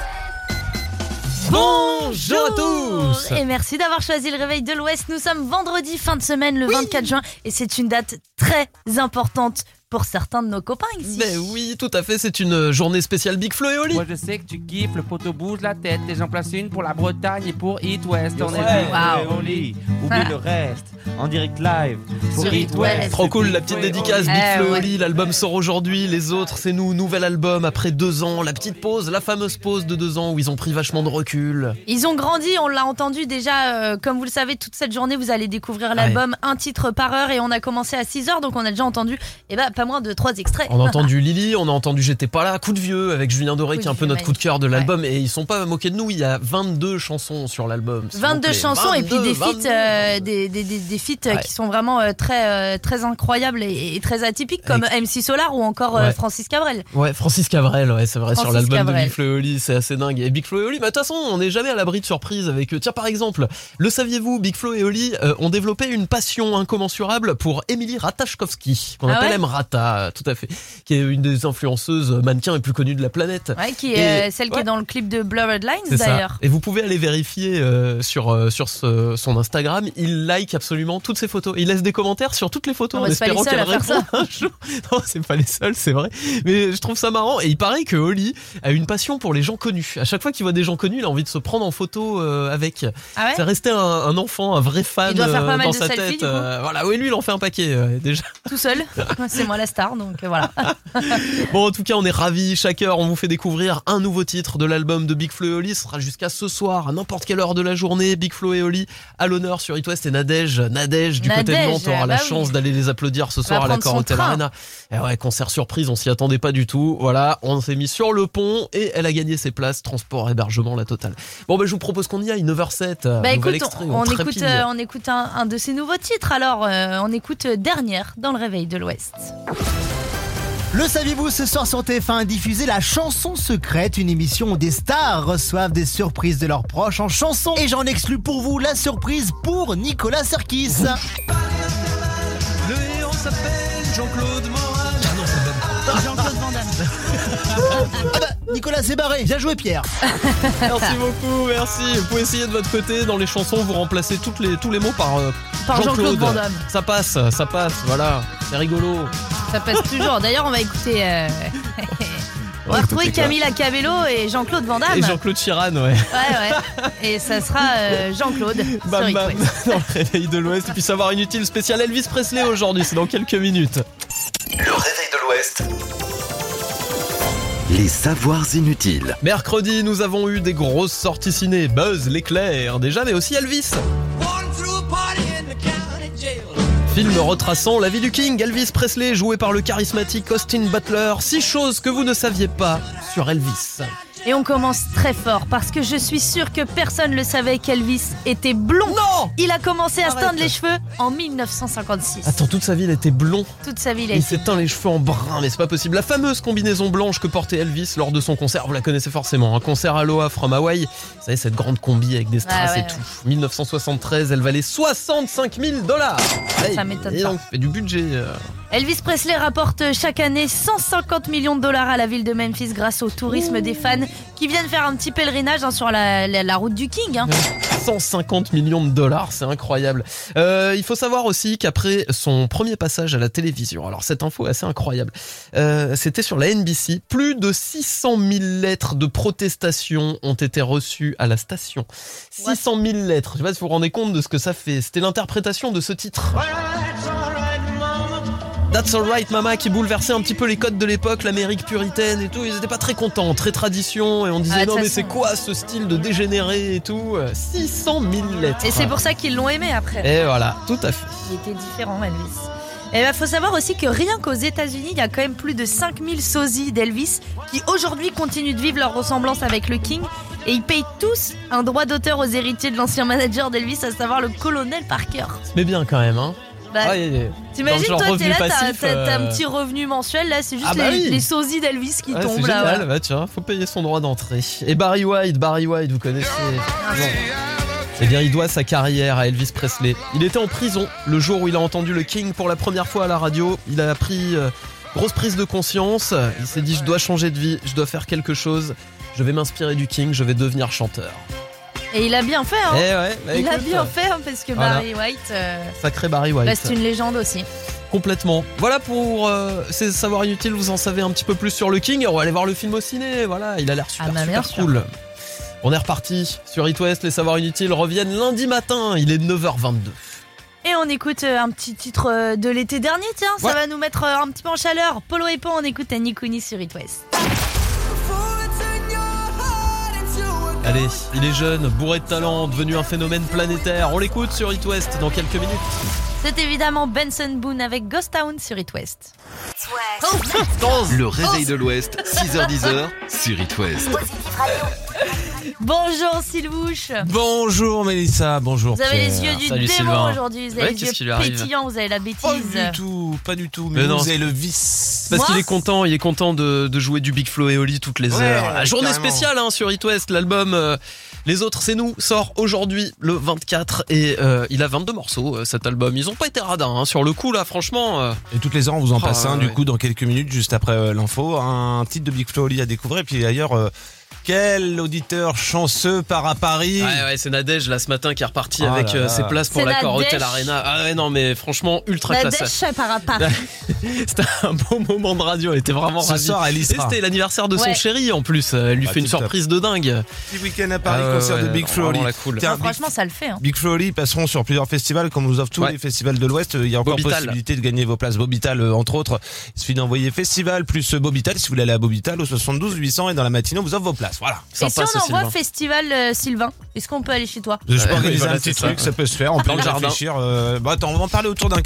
C: Bonjour à tous
B: Et merci d'avoir choisi le réveil de l'Ouest. Nous sommes vendredi fin de semaine, le 24 juin, et c'est une date très importante pour certains de nos copains ici.
C: Mais Ben oui, tout à fait, c'est une journée spéciale Big Flo et Oli.
H: Moi je sais que tu kiffes, le poteau bouge la tête et j'en place une pour la Bretagne et pour Eat West. On est
K: Ouais,
H: là.
K: ouais, on lit. Oublie le reste. En direct live. Pour
H: Sur
K: Hit West.
C: Trop cool la petite dédicace Big
K: Eh,
C: Flo et
K: ouais.
C: Oli, l'album sort aujourd'hui, les autres c'est nous, nouvel album après deux ans, la petite pause, la fameuse pause de deux ans où ils ont pris vachement de recul.
B: Ils ont grandi, on l'a entendu déjà, euh, comme vous le savez, toute cette journée, vous allez découvrir l'album un titre par heure et on a commencé à 6 heures, donc on a déjà entendu eh ben, pas moins de trois extraits.
C: On a entendu Lily, on a entendu J'étais pas là, coup de vieux avec Julien Doré
B: Coup
C: qui est
B: de
C: un peu
B: vieux,
C: notre coup de cœur de l'album et ils sont pas moqués de nous, il y a 22 chansons sur l'album. s'il vous
B: 22
C: plaît.
B: chansons et puis des
C: 22,
B: feats, euh, des, des, des, des feats, euh,
C: Ouais.
B: qui sont vraiment euh, très, euh, très incroyables et, et très atypiques comme MC Solar ou encore euh,
C: Ouais.
B: Francis Cabrel.
C: Ouais, Francis Cabrel, ouais, c'est vrai, sur
B: Francis
C: l'album de
B: Cabrel.
C: Big Flo et Oli, c'est assez dingue. Et Big Flo et Oli, bah, de toute façon, on n'est jamais à l'abri de surprises avec eux. Tiens, par exemple, le saviez-vous, Big Flo et Oli euh, ont développé une passion incommensurable pour Émilie Ratajkowski, qu'on
B: Ah
C: appelle
B: ouais
C: M. Rata, euh, tout à fait, qui est une des influenceuses mannequins les plus connues de la planète.
B: Ouais, qui
C: Et-
B: est euh, celle qui est dans le clip de Blurred Lines
C: C'est ça.
B: d'ailleurs.
C: Et vous pouvez aller vérifier euh, sur, euh, sur ce- son Instagram. Il like absolument toutes ses photos. Il laisse des commentaires sur toutes les photos
B: Ah
C: en
B: bah, c'est pas les
C: espérant
B: seuls
C: qu'elle
B: à faire ça.
C: réponde un jour. Non, c'est pas les seuls, c'est vrai. Mais je trouve ça marrant. Et il paraît que Oli a une passion pour les gens connus. À chaque fois qu'il voit des gens connus, il a envie de se prendre en photo euh, avec.
B: Ah ouais
C: c'est resté un, un enfant, un vrai fan
B: Il doit faire pas
C: euh,
B: mal
C: dans
B: de
C: sa
B: selfies,
C: tête.
B: du coup.
C: voilà, oui, lui, il en fait un paquet euh, déjà.
B: Tout seul, c'est moi la star, donc euh, voilà.
C: Bon, en tout cas, on est ravis. Chaque heure, on vous fait découvrir un nouveau titre de l'album de Big Flo et Oli. Ce sera jusqu'à ce soir, à n'importe quelle heure de la journée. Big Flo et Oli à l'honneur sur It West et Nadège. Nadège, du côté de
B: Nadège,
C: Nantes, on aura
B: ah
C: la
B: bah oui.
C: chance d'aller les applaudir ce
B: Va
C: soir à la
B: prendre son
C: Corotel
B: train.
C: Arena. Et ouais, concert surprise, on s'y attendait pas du tout. Voilà, on s'est mis sur le pont et elle a gagné ses places, transport, hébergement, la totale. Bon, ben, je vous propose qu'on y aille, 9h07. euh,
B: Bah
C: nouvel
B: écoute,
C: extrait,
B: on, on écoute,
C: trépide.
B: euh, on écoute un, un de ses nouveaux titres alors, euh, on écoute euh, Dernière dans le réveil de l'Ouest.
D: Le saviez-vous, ce soir sur TF1 diffusée la chanson secrète, une émission où des stars reçoivent des surprises de leurs proches en chanson. Et j'en exclus pour vous la surprise pour Nicolas Serkis. Ah
L: Le héros s'appelle Jean-Claude Moral. Ah non, c'est Jean-Claude Van
D: Ah bah, Nicolas s'est barré, bien joué Pierre.
C: Merci beaucoup, merci. Vous pouvez essayer de votre côté dans les chansons, vous remplacez toutes les, tous les mots par, euh,
B: Par Jean-Claude Van Damme.
C: Ça passe, ça passe, voilà. C'est rigolo.
B: Ça passe toujours, d'ailleurs on va écouter... euh, on va
C: Ouais,
B: retrouver
C: écoutez,
B: Camila Cabello et Jean-Claude Van Damme.
C: Et Jean-Claude Chiran,
B: Ouais,
C: ouais.
B: ouais. Et ça sera euh, Jean-Claude sur
C: Bam
B: It
C: bam
B: West.
C: dans le réveil de l'Ouest. Et puis savoir inutile spécial Elvis Presley aujourd'hui, c'est dans quelques minutes.
F: Le réveil de l'Ouest. Les savoirs inutiles.
C: Mercredi, nous avons eu des grosses sorties ciné. Buzz, l'éclair, déjà, mais aussi Elvis. Film retraçant la vie du King, Elvis Presley, joué par le charismatique Austin Butler. Six choses que vous ne saviez pas sur Elvis.
B: Et on commence très fort parce que je suis sûre que personne ne le savait qu'Elvis était blond.
C: Non
B: Il a commencé à se
C: Arrête.
B: teindre les cheveux en 1956.
C: Attends, toute sa vie, il était blond.
B: Toute sa vie, il a
C: Il
B: été.
C: s'est teint les cheveux en brun, mais c'est pas possible. La fameuse combinaison blanche que portait Elvis lors de son concert, vous la connaissez forcément, un concert Aloha from Hawaii. Vous savez, cette grande combi avec des strass
B: Ouais, ouais,
C: et tout. 1973, elle valait 65 000 dollars.
B: Ça m'étonne
C: Et
B: pas.
C: donc, fait du budget. euh.
B: Elvis Presley rapporte chaque année 150 millions de dollars à la ville de Memphis grâce au tourisme des fans qui viennent faire un petit pèlerinage hein, sur la, la- la route du King. hein.
C: 150 millions de dollars, c'est incroyable. Euh, il faut savoir aussi qu'après son premier passage à la télévision, alors cette info est assez incroyable, euh, c'était sur la NBC, plus de 600 000 lettres de protestation ont été reçues à la station. 600 000 lettres, je sais pas si vous vous rendez compte de ce que ça fait. C'était l'interprétation de ce titre. That's Alright Mama qui bouleversait un petit peu les codes de l'époque, l'Amérique puritaine et tout. Ils étaient pas très contents, très tradition, et on disait
B: Ah, de
C: non mais
B: toute façon.
C: c'est quoi ce style de dégénéré et tout. Euh, 600 000 lettres.
B: Et c'est pour ça qu'ils l'ont aimé après.
C: Et voilà, tout à fait.
B: Il était différent, Elvis. Et il faut savoir aussi que rien qu'aux États-Unis, il y a quand même plus de 5000 sosies d'Elvis qui aujourd'hui continuent de vivre leur ressemblance avec le King. Et ils payent tous un droit d'auteur aux héritiers de l'ancien manager d'Elvis, à savoir le colonel Parker.
C: Mais bien quand même, hein.
B: Bah,
C: Ah, il y a-
B: T'imagines,
C: dans le genre
B: toi, t'es
C: revenu
B: là, t'as
C: passif,
B: t'as- t'as un
C: euh,
B: petit revenu mensuel, là, c'est juste
C: Ah bah
B: les,
C: oui.
B: les sosies d'Elvis qui
C: ouais, c'est
B: tombent
C: génial,
B: là. voilà.
C: bah, tiens, faut payer son droit d'entrée. Et Barry White, Barry White, vous connaissez. Bon. Eh bien, il doit sa carrière à Elvis Presley. Il était en prison le jour où il a entendu le King pour la première fois à la radio. Il a pris euh, grosse prise de conscience. Il s'est dit, je dois changer de vie, je dois faire quelque chose. Je vais m'inspirer du King, je vais devenir chanteur.
B: Et il a bien fait, hein.
C: Eh ouais, bah,
B: il a
C: écoute,
B: bien fait, hein, parce que
C: voilà.
B: Barry White, euh,
C: Sacré Barry White.
B: reste une légende aussi.
C: Complètement. Voilà pour euh, ces savoirs inutiles, vous en savez un petit peu plus sur le King. On va aller voir le film au ciné, voilà, il a l'air super,
B: Ah bah, bien
C: super
B: sûr.
C: cool. On est reparti sur It West, les savoirs inutiles reviennent lundi matin, il est 9h22.
B: Et on écoute euh, un petit titre euh, de l'été dernier, tiens, ça
C: Ouais.
B: va nous mettre euh, un petit peu en chaleur. Polo et Pan, on écoute Annie Cooney sur It West.
C: Allez, il est jeune, bourré de talent, devenu un phénomène planétaire. On l'écoute sur It West dans quelques minutes.
B: C'est évidemment Benson Boone avec Ghost Town sur It West.
E: Le réveil de l'Ouest, 6h10 sur It West.
B: Bonjour Sylvouche.
N: Bonjour Mélissa, bonjour.
B: Vous avez les
N: Pierre.
B: yeux du démon aujourd'hui, vous avez les yeux pétillants, vous avez
C: Oh,
B: la bêtise.
N: Pas du tout, pas du tout.
C: Mais
N: Mais
C: non,
N: vous
C: c'est-
N: avez le vice.
C: Parce
B: Moi
C: qu'il est content, il est content de, de jouer du Big Flo et Oli toutes les
N: Ouais,
C: heures. La journée
N: carrément.
C: spéciale hein, sur It West, l'album euh, Les autres c'est nous sort aujourd'hui le 24 et euh, il a 22 morceaux euh, cet album. Ils ont pas été radins hein, sur le coup là franchement. euh,
N: Et toutes les heures, on vous en
C: Ah,
N: passe un,
C: ouais,
N: du
C: ouais.
N: coup, dans quelques minutes, juste après euh, l'info, un titre de Big Flo Oli à découvrir. Et puis d'ailleurs, euh, quel auditeur chanceux part à Paris
C: Ouais, ouais, c'est Nadège là ce matin qui est reparti
N: Oh là
C: avec euh,
N: là.
C: ses places pour
B: C'est
C: l'accord
B: Nadège.
C: Hotel Arena. Ah ouais, non mais franchement ultra
B: La
C: classe.
B: dèche par à part.
C: C'était un beau moment de radio, elle était vraiment
N: Ce
C: ravie.
N: soir, elle y
C: Et
N: sera.
C: c'était l'anniversaire de son
B: Ouais.
C: chéri en plus. euh, Elle lui
N: Bah,
C: fait une
N: tip-top.
C: surprise de dingue.
N: Petit week-end à Paris,
C: Ah,
N: concert
C: ouais,
N: de Big
C: non,
N: Flo Oli.
C: vraiment la cool.
N: Tiens,
B: Ah, franchement, ça le fait. Hein.
N: Big Flo Oli passeront sur plusieurs festivals, comme nous offre tous
C: Ouais.
N: les festivals de l'Ouest. Euh, Il y a encore
C: Bobital.
N: possibilité de gagner vos places Bobital, euh, entre autres. Il suffit d'envoyer festival plus Bobital si vous voulez aller à Bobital au 72 800 et dans la matinée, on vous offre vos places. Voilà.
B: Et si
C: Sympa,
B: on
C: ce
B: envoie
C: Sylvain.
B: festival euh, Sylvain, est-ce qu'on peut aller chez toi
N: Je
C: Ouais,
N: peux organiser
C: voilà,
N: un petit
C: c'est ça.
N: truc, ça peut se faire. On peut
C: Dans le
N: y
C: jardin.
N: réfléchir. euh, bah attends, on va en parler autour d'un